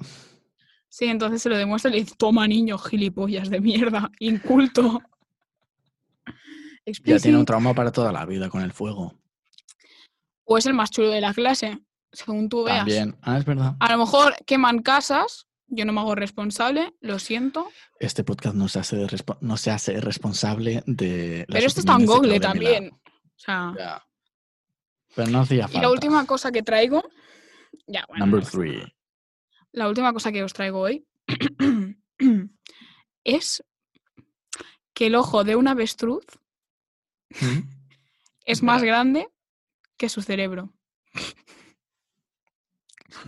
Sí, entonces se lo demuestra y le dice, toma niño, gilipollas de mierda, inculto.
Ya tiene un
Explícito.
trauma para toda la vida con el fuego.
O es el más chulo de la clase, según tú veas.
También. Ah, es verdad.
A lo mejor queman casas, yo no me hago responsable, lo siento.
Este podcast no se hace, respo- no se hace responsable de las
pero esto está en
opiniones de
Google
Claudia Milá.
también. O sea,
Ya. Pero no hacía falta.
y la última cosa que traigo, ya, bueno,
Number
no pasa nada.
three.
La última cosa que os traigo hoy es que el ojo de un avestruz
¿Mm?
es más
Espera.
grande que su cerebro.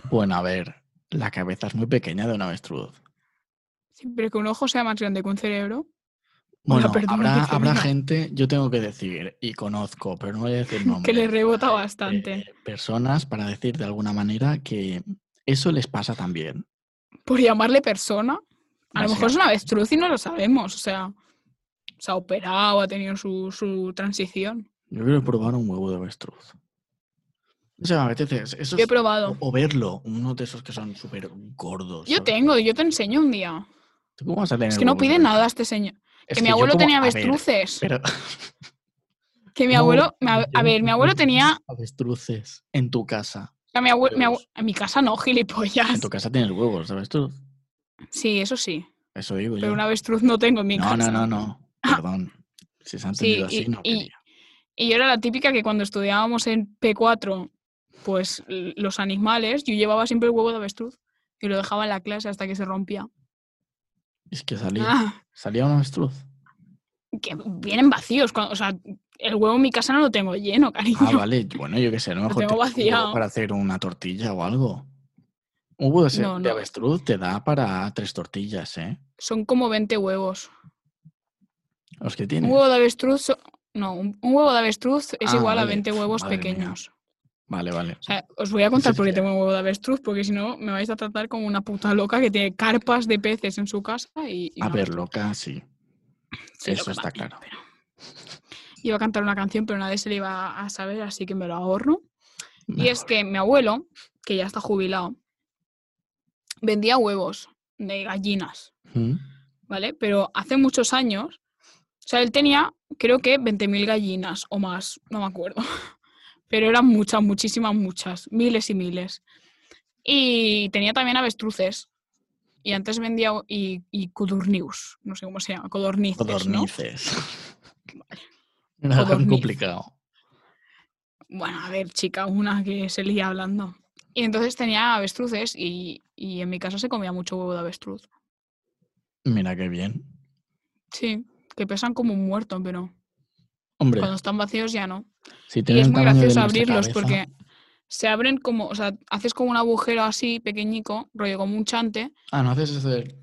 Bueno, a ver. La cabeza es muy pequeña de un avestruz.
Siempre que un ojo sea más grande que un cerebro. Una
Bueno,
persona
habrá,
que
habrá
tenga-
gente, yo tengo que decir, y conozco, pero no voy a decir nombres.
que le rebota
eh,
bastante.
personas para decir de alguna manera que eso les pasa también.
Por llamarle persona. A lo mejor
básicamente.
es una avestruz y no lo sabemos. O sea, se ha operado, ha tenido su, su transición.
Yo quiero probar un huevo de avestruz. O sea, me apetece. es- Esos,
Yo he probado.
o, o verlo, uno de esos que son súper gordos.
Yo
¿sabes?
tengo, yo te enseño un día.
¿Tú cómo vas a tener
Es que no
huevos de
pide
avestruz?
nada este señor.
Es
que mi
yo
abuelo
como-
tenía
a ver,
avestruces.
pero
que mi
no,
abuelo, mi abue-
yo
a ver, mi abuelo
no
tenía,
Avestruces en tu casa.
o sea, mi abue- mi abue-
huevos.
en mi casa no,
Pues, En
gilipollas.
tu casa tienes huevos de avestruz.
Sí, eso sí.
Eso digo yo.
Pero un avestruz no tengo en mi
No,
casa.
no, no, no. Perdón. Si se ha
Sí,
entendido
y-
así, no
y-
quería.
Y yo era la típica que cuando estudiábamos en P4, pues l- los animales, yo llevaba siempre el huevo de avestruz y lo dejaba en la clase hasta que se rompía.
Es que salía.
Ah,
Salía un avestruz.
que vienen vacíos. cuando- o sea, el huevo en mi casa no lo tengo lleno, cariño.
Ah, vale. Bueno, yo qué sé, a lo mejor te
tengo
da un huevo
vaciado.
para hacer una tortilla o algo. Un huevo de, se-
No,
de
no.
avestruz te da para tres tortillas, ¿eh?
Son como 20 huevos.
Los que
Un
tienes.
huevo de avestruz, so- no, un, un huevo de avestruz es
Ah,
igual a
vale.
20 huevos
Madre mía.
pequeños.
Vale, vale.
O sea, os voy a contar
sí,
por qué
ya.
tengo un huevo de avestruz, porque si no me vais a tratar como una puta loca que tiene carpas de peces en su casa y... y
A
no,
ver, loca, sí.
sí,
eso
loca
está
también,
claro.
pero- Iba a cantar una canción, pero nadie se le iba a saber, así que me lo ahorro. Y es
Mejor.
que mi abuelo, que ya está jubilado, vendía huevos de gallinas,
¿Mm?
¿vale? Pero hace muchos años, o sea, él tenía creo que 20.000 gallinas o más, no me acuerdo. Pero eran muchas, muchísimas, muchas, miles y miles. Y tenía también avestruces. Y antes vendía o- y, y codornius, no sé cómo se llama, codornices, ¿no?
Codornices. Era tan
Codorniz.
complicado.
bueno, a ver, chica, una que se lía hablando. Y entonces tenía avestruces y, y en mi casa se comía mucho huevo de avestruz.
Mira qué bien.
Sí, que pesan como un muerto, pero
Hombre,
cuando están vacíos ya no.
si
Y
tienes
es
el
muy
tamaño de
gracioso
nuestra
abrirlos
cabeza-
porque se abren como, o sea, haces como un agujero así pequeñico, rollo como un chante.
Ah, no haces eso de-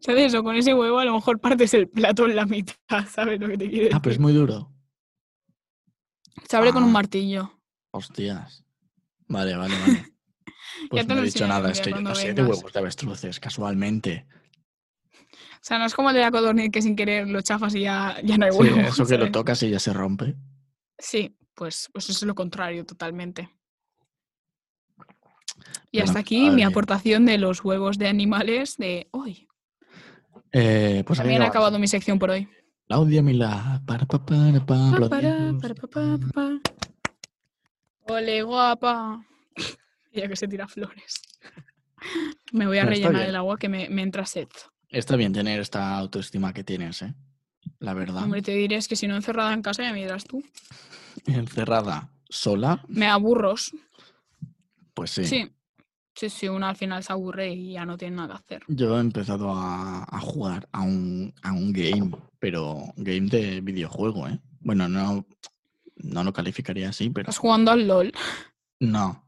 Si haces eso con ese huevo, a lo mejor partes el plato en la mitad, ¿sabes lo que te quiero
Ah, pero es
decir?
muy duro.
Se abre con un
Ah.
martillo.
Hostias. Vale, vale, vale. Pues
te
no
lo
he dicho
enseñaré un
nada, es
día
que yo
cuando
no sé de
vengas.
huevos de avestruces, casualmente.
O sea, no es como el de la codorniz que sin querer lo chafas y ya, ya no hay
Sí,
huevo.
eso que lo
¿sabes?
tocas y ya se rompe.
Sí, pues, pues eso es lo contrario totalmente. Y
Pero
hasta
no
aquí
sabe
mi
bien.
aportación de los huevos de animales de hoy.
Eh, pues
También ha acabado mi sección por hoy.
Claudia Milá. Para, pa, para, pa,
Pa, para,
aplaudidos.
para, pa, pa, pa, pa. Ole, guapa. Ella que se tira flores. Me voy a
Pero está
rellenar
bien.
el agua que me, me entra sed.
Está bien tener esta autoestima que tienes, ¿eh? La verdad.
Hombre, te diré es que si no encerrada en casa ya me dirás tú.
Encerrada sola,
Me aburros.
pues sí.
Sí. sí. Sí, uno al final se aburre y ya no tiene nada que hacer.
Yo he empezado a, a jugar a un, a un game, pero game de videojuego, ¿eh? Bueno, no, no lo calificaría así, pero
Estás jugando al LOL.
no.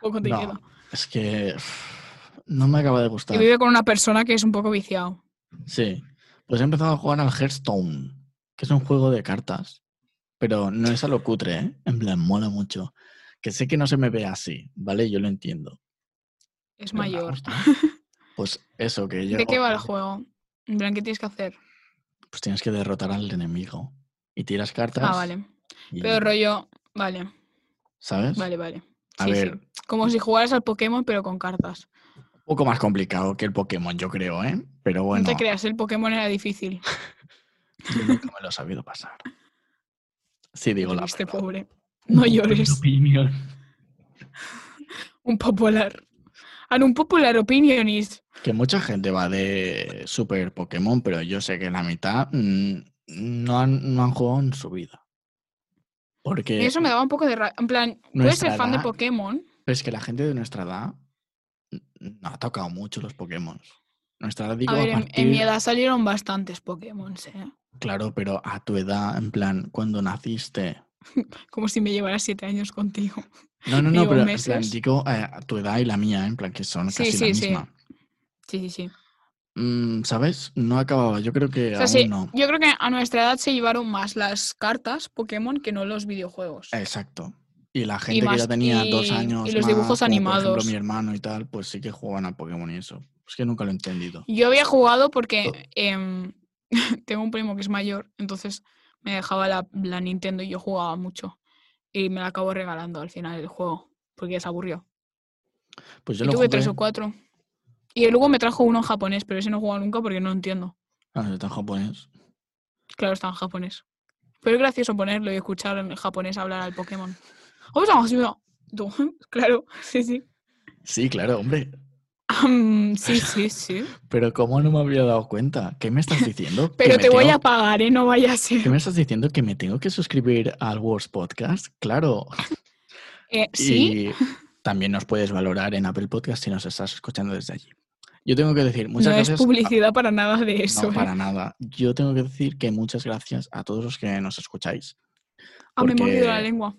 Poco te queda.
No, es que uf, no me acaba de
Y
gustar.
vive con una persona que es un poco viciado.
Sí. Pues he empezado a jugar al Hearthstone, que es un juego de cartas. Pero no es a lo cutre, ¿eh? En plan, mola mucho. Que sé que no se me ve así, ¿vale? Yo lo entiendo.
Es
pero me
mayor.
gusta. Pues eso, que yo.
¿De qué va el juego? En plan, ¿qué tienes que hacer? Ah,
Pues tienes que derrotar al enemigo. Y tiras cartas.
Ah, vale.
y-
Pero rollo. Vale,
¿Sabes?
vale, vale.
A
Sí, sí.
ver.
Como si jugaras al Pokémon, pero con cartas.
Un poco más complicado que el Pokémon, yo creo, ¿eh? Pero bueno,
No te creas, el Pokémon era difícil.
yo nunca me lo he sabido pasar. Sí, digo la
Triste,
verdad.
pobre. No llores.
Opinión.
Un popular. And un popular opinion is.
Que mucha gente va de Super Pokémon, pero yo sé que la mitad mm, no, han, no han jugado en su vida.
Y
Porque
eso me daba un poco de rabia. En plan, puedes ser
Nuestra
fan de
edad-
Pokémon.
es que la gente de nuestra edad mm, no ha tocado mucho los Pokémon. Nuestra edad, digo,
A
a
ver, en, en
partir-
mi edad salieron bastantes Pokémon, ¿eh?
Claro, pero a tu edad, en plan, cuando naciste.
Como si me llevara siete años contigo.
No, no, no,
Digo,
pero en
meses.
plan, digo eh, a tu edad y la mía, en plan, que son
Sí,
casi la
sí, sí.
misma.
Sí, sí, sí.
Mm, ¿Sabes? No acababa. Yo creo que
O sea,
aún
sí,
no.
yo creo que a nuestra edad se llevaron más las cartas Pokémon que no los
Eh,
videojuegos.
Exacto. Y la gente que
más-
ya tenía dos
y- y
años.
los dibujos
más, como Por
animados.
ejemplo, mi hermano y tal, pues sí que jugaban a Pokémon y eso. Es que nunca lo he entendido.
Yo había jugado porque
Ah.
em, tengo un primo que es mayor, entonces me dejaba la, la Nintendo y yo jugaba mucho. Y me la acabo regalando al final el juego, porque ya se aburrió.
Pues yo
Y
lo
tuve
jugué.
tres o cuatro. Y luego me trajo uno en japonés, pero ese no he jugado nunca porque no entiendo.
Ah, yo estaba en japonés.
Claro, está en japonés. Pero es gracioso ponerlo y escuchar en japonés hablar al Pokémon. Oh, no, sí, no. Tú, Claro, sí, sí.
Sí, claro, hombre.
Am, sí, sí, sí.
Pero ¿cómo no me había dado cuenta? ¿Qué me estás diciendo? ¿Que
Pero
me
te voy
tengo-
a pagar, ¿eh? No vaya a ser.
¿Qué me estás diciendo? ¿Que me tengo que suscribir al Words Podcast? Claro.
Eh, ¿Ah,
Y
sí,
también nos puedes valorar en Apple Podcast si nos estás escuchando desde allí. Yo tengo que decir muchas
no
gracias.
es publicidad para nada de eso.
No,
¿eh?
para nada. Yo tengo que decir que muchas gracias a todos los que nos escucháis.
Ah, me he mordido la
porque-
lengua.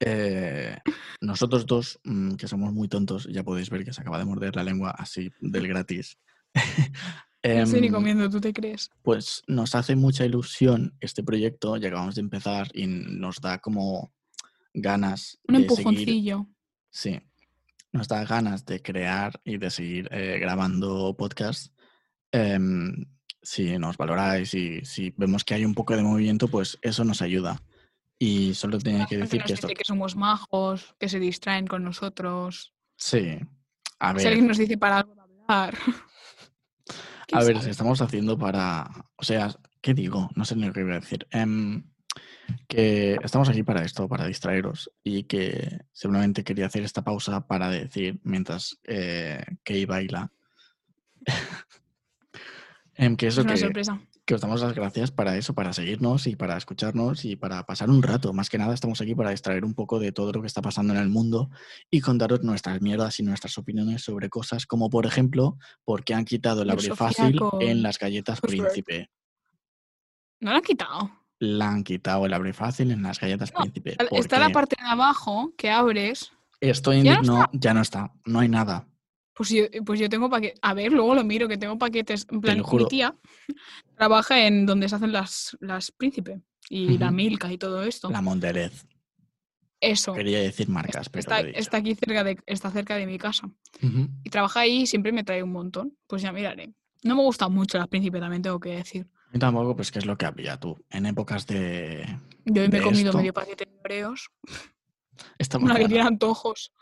Eh, nosotros dos, mm, que somos muy tontos, ya podéis ver que se acaba de morder la lengua así del gratis.
No estoy ni
Em,
comiendo, ¿tú te crees?
pues nos hace mucha ilusión este proyecto, ya acabamos de empezar y nos da como ganas
Un
de seguir.
empujoncillo.
Sí, nos da ganas de crear y de seguir eh, grabando podcast. Em, si nos valoráis y si vemos que hay un poco de movimiento, pues eso nos ayuda. Y solo tenía que
La gente
decir
nos
que esto.
dice que somos majos, que se distraen con nosotros.
Sí. A ver.
Si alguien nos dice para algo de hablar. ¿Quién
A ver,
sabe?
si estamos haciendo para. O sea, ¿qué digo? No sé ni lo que iba a decir. Em, que estamos aquí para esto, para distraeros. Y que seguramente quería hacer esta pausa para decir, mientras eh, Kay baila. em, que eso
es una
Em, que,
sorpresa.
que os damos las gracias para eso, para seguirnos y para escucharnos y para pasar un rato. Más que nada estamos aquí para distraer un poco de todo lo que está pasando en el mundo y contaros nuestras mierdas y nuestras opiniones sobre cosas como, por ejemplo, por qué han quitado el
Yo,
abre
Sofía,
fácil
con
en las galletas
Cosworth.
príncipe.
No lo han quitado.
La han quitado el abre fácil en las galletas
No,
príncipe.
Está-
¿Por
Está la
qué?
parte de abajo que abres.
Estoy
¿Ya no
indignado, ya no está, no hay nada.
Pues yo, pues yo tengo paquetes. A ver, luego lo miro, que tengo paquetes. En plan,
lo juro.
mi tía trabaja en donde se hacen las, las príncipe y la
Ujú.
milka y todo esto.
La Mondelez.
Eso.
Quería decir marcas, pero
Está,
lo he dicho.
está aquí cerca de, está cerca de mi casa.
Ujú.
Y trabaja ahí y siempre me trae un montón. Pues ya miraré. No me gustan mucho las príncipe, también tengo que decir.
A mí tampoco, pues que es lo que había tú. En épocas de...
Yo hoy me
De
he comido
esto.
medio paquete de oreos.
Estamos
Una que tiene antojos.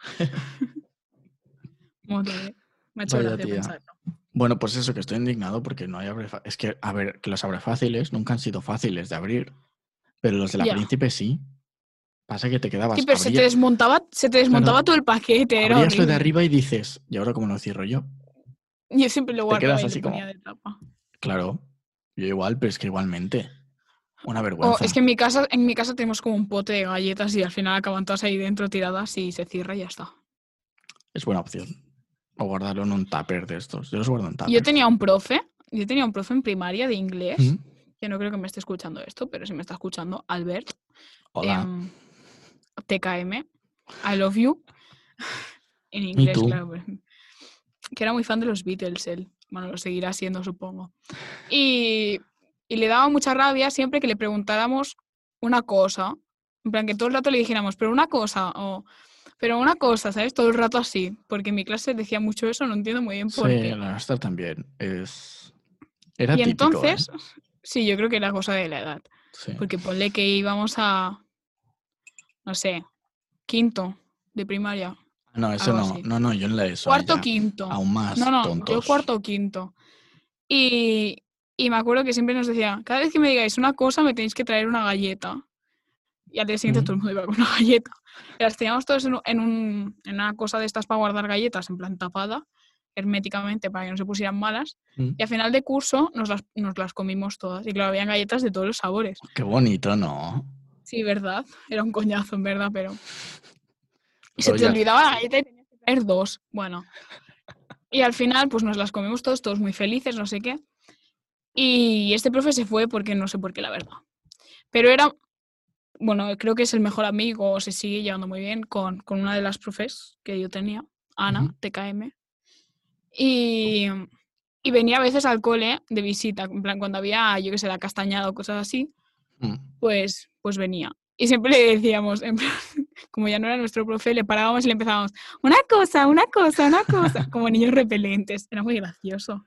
Montón, ¿eh? Me ha hecho
Vaya
gracia
tía.
pensarlo.
Bueno, pues eso, que estoy indignado porque no hay abre fa- Es que, a ver, que los abre fáciles nunca han sido fáciles de abrir, pero los de la
Ya.
príncipe sí. Pasa que te quedabas.
Sí, pero se te
abrías-
desmontaba, se te desmontaba todo el paquete, era
abrías lo de
horrible.
arriba y dices, ¿y ahora cómo lo cierro yo?
Yo siempre lo guardaba
quedas
y
así
lo
como-
ponía de tapa.
Claro, yo igual, pero es que igualmente. Una
O,
vergüenza.
es que en mi casa, en mi casa tenemos como un pote de galletas y al final acaban todas ahí dentro tiradas y se cierra y ya
Ah,
está.
Es buena opción. O guardarlo en un tupper de estos. Yo los guardo en tupper.
Y Yo tenía un profe, yo tenía un profe en primaria de inglés,
Mm,
que no creo que me esté escuchando esto, pero si me está escuchando, Albert,
Hola.
em, TKM, I love you, en inglés,
too.
claro. pues, Que era muy fan de los Beatles, él. Bueno, lo seguirá siendo, supongo. Y, y le daba mucha rabia siempre que le preguntáramos una cosa. En plan, que todo el rato le dijéramos, pero una cosa, o pero una cosa, ¿sabes? Todo el rato así. Porque en mi clase decía mucho eso, no entiendo muy bien por
Sí,
qué.
la nuestra también. Es... Era
Y
típico, ¿eh?
entonces, pues, sí, yo creo que era cosa de la edad.
Sí.
Porque ponle que íbamos a, no sé, quinto de primaria.
No, eso
algo
no.
así.
No, no, yo en la ESO.
cuarto
ya.
quinto.
Aún más
No, no, yo
tontos.
cuarto o quinto. Y, y me acuerdo que siempre nos decía, cada vez que me digáis una cosa me tenéis que traer una galleta. Y al día siguiente
Ujú.
todo el mundo iba con una galleta. Y las teníamos todas en, un- en un- en una cosa de estas para guardar galletas, en plan tapada, herméticamente, para que no se pusieran malas.
Mm.
Y al final de curso nos las, nos las comimos todas. Y claro, habían galletas de todos los sabores.
Qué bonito, ¿no?
Sí, ¿verdad? Era un coñazo, en verdad, pero... Y se
Pero
te
ya-
olvidaba la galleta y tenías que traer dos. Bueno. Y al final, pues nos las comimos todos, todos muy felices, no sé qué. Y este profe se fue porque no sé por qué, la verdad. Pero era, bueno, creo que es el mejor amigo, o se sigue llevando muy bien con, con una de las profes que yo tenía, Ana,
Ujú.
TKM. Y, y venía a veces al cole de visita, en plan cuando había, yo qué sé, la castañada o cosas así
Mm.
pues, pues venía. Y siempre le decíamos, en plan, como ya no era nuestro profe, le parábamos y le empezábamos, una cosa, una cosa, una cosa, como niños repelentes. Era muy gracioso.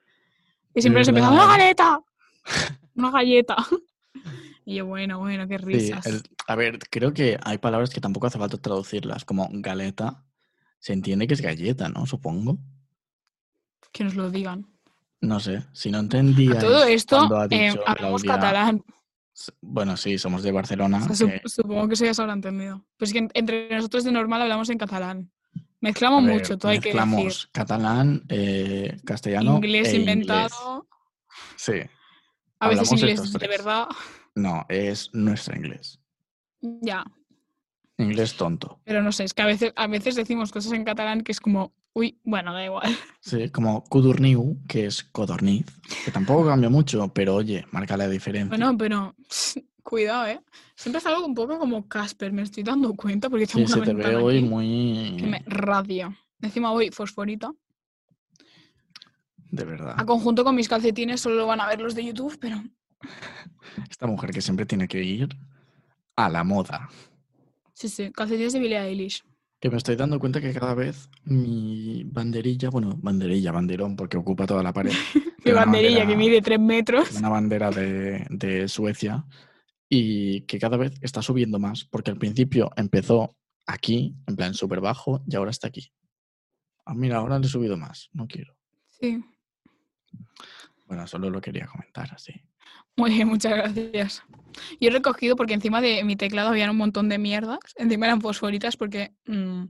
Y siempre
verdad.
nos
¿eh?
empezaba, una galleta, una galleta. Y yo, bueno, bueno, qué
Sí,
risas.
el- a ver, creo que hay palabras que tampoco hace falta traducirlas, como galeta. Se entiende que es galleta, ¿no? Supongo.
Que nos lo digan.
No sé, si no entendía.
A todo esto,
cuando ha
eh,
dicho
hablamos
Claudia-
catalán.
S- Bueno, sí, somos de
O
Barcelona. eh,
sea, sup-
que-
supongo que eso ya se habrá entendido. Pero es que en- entre nosotros de normal hablamos en catalán. Mezclamos
a ver,
mucho, todo hay que decir.
mezclamos catalán, eh, castellano.
Inglés
e
inventado,
inglés. Sí,
a veces
Hablamos
inglés
estos
de
tres.
verdad.
no, es nuestro inglés.
Ya,
Inglés tonto.
Pero no sé, es que a veces, a veces decimos cosas en catalán que es como, uy, bueno, da igual.
Sí, como codorniu, que es codorniz, que tampoco cambia mucho, pero oye, marca la diferencia.
Bueno, pero cuidado, ¿eh? Siempre salgo un poco como Casper, me estoy dando cuenta porque
sí,
tengo
se
una
te ve
ventana
hoy
aquí
muy...
que me radia. Encima voy fosforita.
De verdad.
A conjunto con mis calcetines solo lo van a ver los de YouTube, pero
Esta mujer que siempre tiene que ir a la moda.
sí, sí, calcetines de Billie Eilish.
Que me estoy dando cuenta que cada vez mi banderilla, bueno, banderilla, banderón, porque ocupa toda la pared.
Mi
tiene una
banderilla que
bandera-
mide tres metros.
Una bandera de, de Suecia y que cada vez está subiendo más, porque al principio empezó aquí, en plan súper bajo, y ahora está aquí. Ah, mira, ahora le he subido más, no quiero.
Sí.
Bueno, solo lo quería comentar así.
Muy bien, muchas gracias. Yo he recogido porque encima de mi teclado había un montón de mierdas. Encima eran fosforitas porque mm,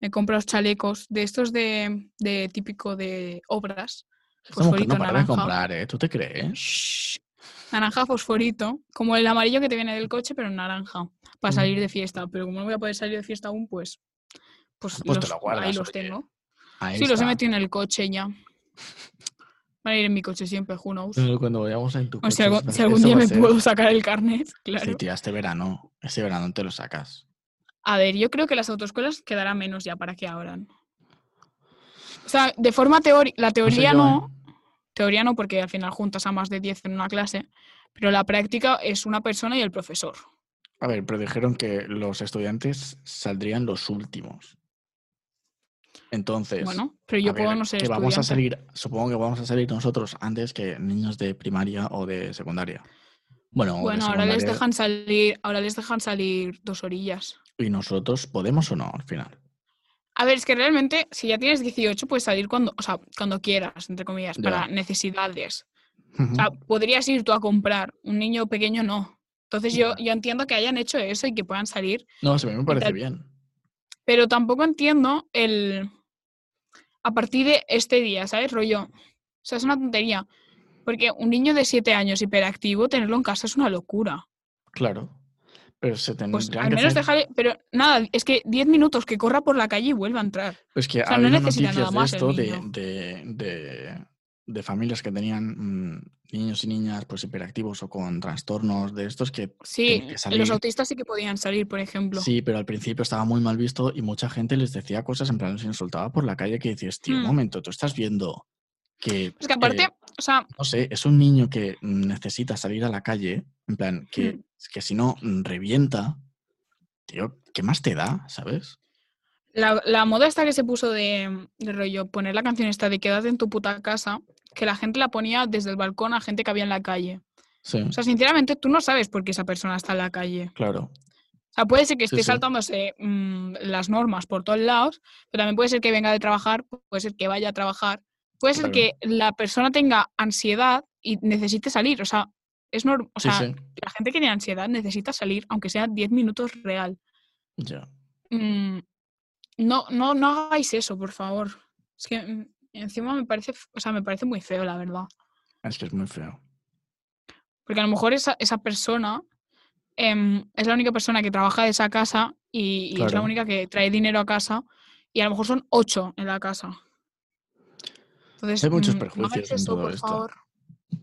me he comprado chalecos de estos de, de típico de obras.
Estamos
Fosforito
buscando para de
Pues naranja.
comprar, ¿eh? ¿Tú te crees?
Shh, naranja fosforito, como el amarillo que te viene del coche, pero en naranja, para
Mm.
salir de fiesta. Pero como no voy a poder salir de fiesta aún, pues, pues,
Pues te
los-
lo guardas,
ahí los
oye.
tengo.
Ahí
Sí, los he
está.
metido en el coche ya. Van a ir en mi coche siempre, who knows.
Pero Pues Cuando vayamos en tu
O
coche,
si, algo-
eso va-
si algún
eso
día
va a
me
ser-
puedo sacar el carnet, claro.
Sí, tía, este verano. Este verano te lo sacas.
A ver, yo creo que las autoescuelas quedará menos ya para que abran. O sea, de forma teórica, la
No sé
teoría
yo,
no,
¿eh?
teoría no, porque al final juntas a más de 10 en una clase, pero la práctica es una persona y el profesor.
A ver, pero dijeron que los estudiantes saldrían los últimos. Entonces,
Bueno, pero
Pues, a
yo puedo
ver,
no ser
que vamos a
estudiante.
salir, supongo que vamos a salir nosotros antes que niños de primaria o de secundaria. Bueno, o de
Bueno, ahora les
secundaria,
dejan salir, ahora les dejan salir dos orillas.
y nosotros podemos o no al final.
A ver, es que realmente, si ya tienes 18, puedes salir cuando, o sea, cuando quieras, entre comillas,
Ya.
para necesidades.
Ujú.
O sea, podrías ir tú a comprar, un niño pequeño no. Entonces yo,
Ya.
yo entiendo que hayan hecho eso y que puedan salir,
no, sí, a mí me parece
tal-
bien.
pero tampoco entiendo el... A partir de este día, ¿sabes? Rollo. O sea, es una tontería. Porque un niño de 7 años hiperactivo, tenerlo en casa es una locura.
Claro. Pero se tendrían
Pues al
que
menos
hacer-
dejarle... Pero nada, es que 10 minutos que corra por la calle y vuelva a entrar.
Pues que
O sea,
ha
no
habido
necesita
noticias
nada
de
más el
esto de,
niño.
de- de- de familias que tenían mm, niños y niñas pues hiperactivos o con trastornos de estos que
Sí,
que
los
salir.
autistas sí que podían salir, por ejemplo.
sí, pero al principio estaba muy mal visto y mucha gente les decía cosas en plan, se insultaba por la calle que decías, tío, un
Hmm.
momento, tú estás viendo que,
Es que
eh,
aparte, o sea,
no sé, es un niño que mm, necesita salir a la calle, en plan, que,
Hmm.
que si no mm, revienta, tío, ¿qué más te da, sabes?
la, la moda esta que se puso de, de rollo, poner la canción esta de quédate en tu puta casa, que la gente la ponía desde el balcón a gente que había en la calle.
Sí,
O sea, sinceramente, tú no sabes por qué esa persona está en la calle.
claro.
O sea, puede ser que
Sí,
esté
sí.
saltándose mm, las normas por todos lados, pero también puede ser que venga de trabajar, puede ser que vaya a trabajar, puede ser
Claro.
que la persona tenga ansiedad y necesite salir. O sea, es normal. O
Sí,
sea,
sí.
la gente que tiene ansiedad necesita salir, aunque sea 10 minutos real.
Ya.
Mm, no, no, no hagáis eso, por favor. Es que mm, encima me parece, f- o sea, me parece muy feo, la verdad.
Es que es muy feo.
Porque a lo mejor esa, esa persona em, es la única persona que trabaja de esa casa y, y es la
Claro.
única que trae dinero a casa y a lo mejor son ocho en la casa. Entonces,
Hay muchos
mm, no
perjuicios
hagáis
en
eso,
todo
por
esto.
favor.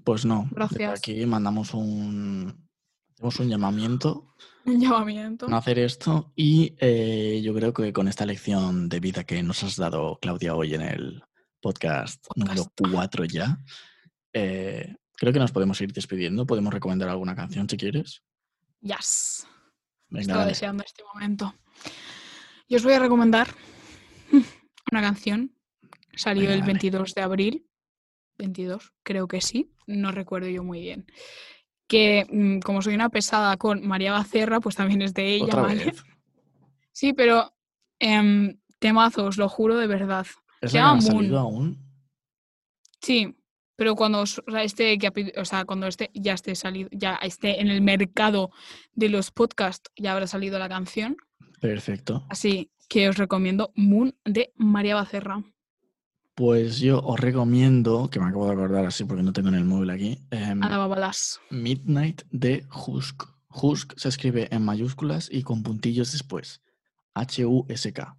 Pues no, desde
Gracias.
aquí mandamos un, hacemos un llamamiento
Un llamamiento.
a no hacer esto y eh, yo creo que con esta lección de vida que nos has dado, Claudia, hoy en el podcast número
Podcast.
4 ya, eh, creo que nos podemos ir despidiendo. Podemos recomendar alguna canción si quieres.
Yes.
Venga,
Estaba
dale.
deseando este momento. Yo os voy a recomendar una canción. Salió
Venga,
el
dale.
22 de abril. 22, creo que sí. No recuerdo yo muy bien. Que mm, como soy una pesada con María Bacerra, pues también es de ella,
Otra
¿vale?
vez.
Sí, pero em, temazo, os lo juro de verdad.
¿Es
Se
la que no
llama
ha
Moon.
salido aún?
Sí, pero cuando os- o sea, este que ha pedi- o sea, cuando este ya esté salido, ya esté en el mercado de los podcasts, ya habrá salido la canción.
Perfecto.
Así que os recomiendo Moon de María Bacerra.
Pues yo os recomiendo, que me acabo de acordar así porque no tengo en el móvil aquí, em,
Ana Babalas.
Midnight de Husk. Husk se escribe en mayúsculas y con puntillos después. H-U-S-K.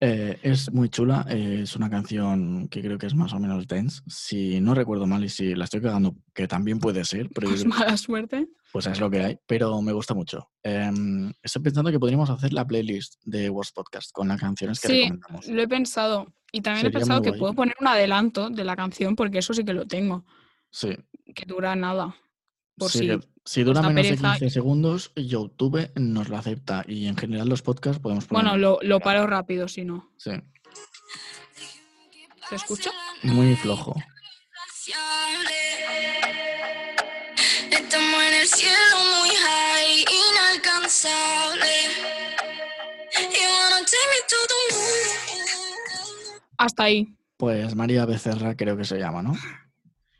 Eh, es muy chula, eh, es una canción que creo que es más o menos dance. Si no recuerdo mal y si la estoy cagando, que también puede ser, pero yo
Pues
creo que,
mala suerte.
pues es lo que hay, pero me gusta mucho. Em, estoy pensando que podríamos hacer la playlist de Words Podcast con las canciones que
Sí,
recomendamos.
lo he pensado. Y también he
Sería
pensado
muy
que
guay.
puedo poner un adelanto de la canción, porque eso sí que lo tengo,
Sí,
que dura nada. Por
sí
si
que- si dura
os da
menos
pereza.
de 15 segundos, YouTube nos lo acepta y en general los podcasts podemos poner.
Bueno, lo, lo paro rápido si no.
Sí.
¿Se escucha?
Muy flojo.
Estamos en el cielo muy high, inalcanzable. You wanna take me to the moon.
Hasta ahí.
Pues María Becerra creo que se llama, ¿no?
Ah,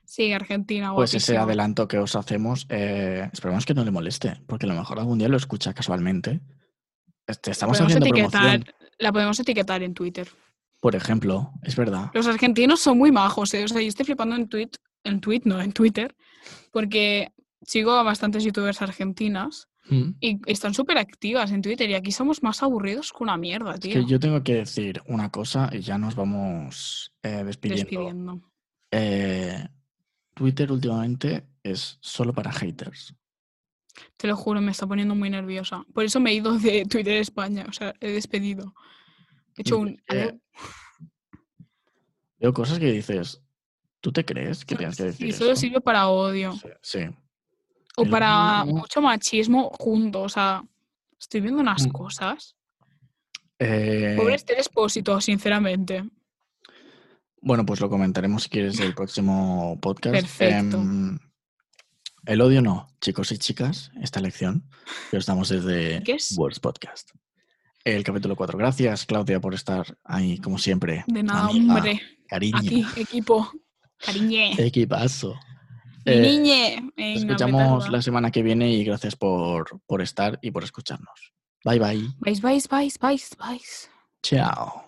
Sí, Argentina,
Pues ese
guapísima.
adelanto que os hacemos, eh, esperemos que no le moleste, porque a lo mejor algún día lo escucha casualmente. Este,
La
estamos
podemos,
haciendo
etiquetar,
promoción,
la podemos etiquetar en Twitter.
por ejemplo, es verdad.
Los argentinos son muy majos, ¿eh? O sea, yo estoy flipando en tweet en tweet, no, en Twitter, porque sigo a bastantes youtubers argentinas
Mm.
y están súper activas en Twitter y aquí somos más aburridos que una mierda,
Es
tío.
que yo tengo que decir una cosa y ya nos vamos eh, despidiendo.
Despidiendo.
Eh, Twitter últimamente es solo para haters.
Te lo juro, me está poniendo muy nerviosa. Por eso me he ido de Twitter España, o sea, he despedido. He hecho un...
Eh,
adiós.
Veo cosas que dices, ¿tú te crees que tienes que decir
y Ah, solo
esto?".
sirve para odio.
Sí, sí.
O
El
para
humano-
mucho machismo junto. O sea, estoy viendo unas
Mm.
cosas.
Eh,
Pobre Esther Espósito, sinceramente.
Bueno, pues lo comentaremos si quieres el próximo podcast.
Perfecto.
Em, el odio no, chicos y chicas, esta lección que os damos desde
¿Qué es?
Words Podcast. El capítulo 4. Gracias, Claudia, por estar ahí, como siempre.
De nada,
Amiga,
hombre.
Cariño.
Aquí, equipo. Cariñe.
Equipazo.
Mi
Eh,
niñe.
Nos
Venga,
escuchamos
petarda.
la semana que viene y gracias por, por estar y por escucharnos. Bye bye.
Vais, vais, vais, vais, vais.
Chao.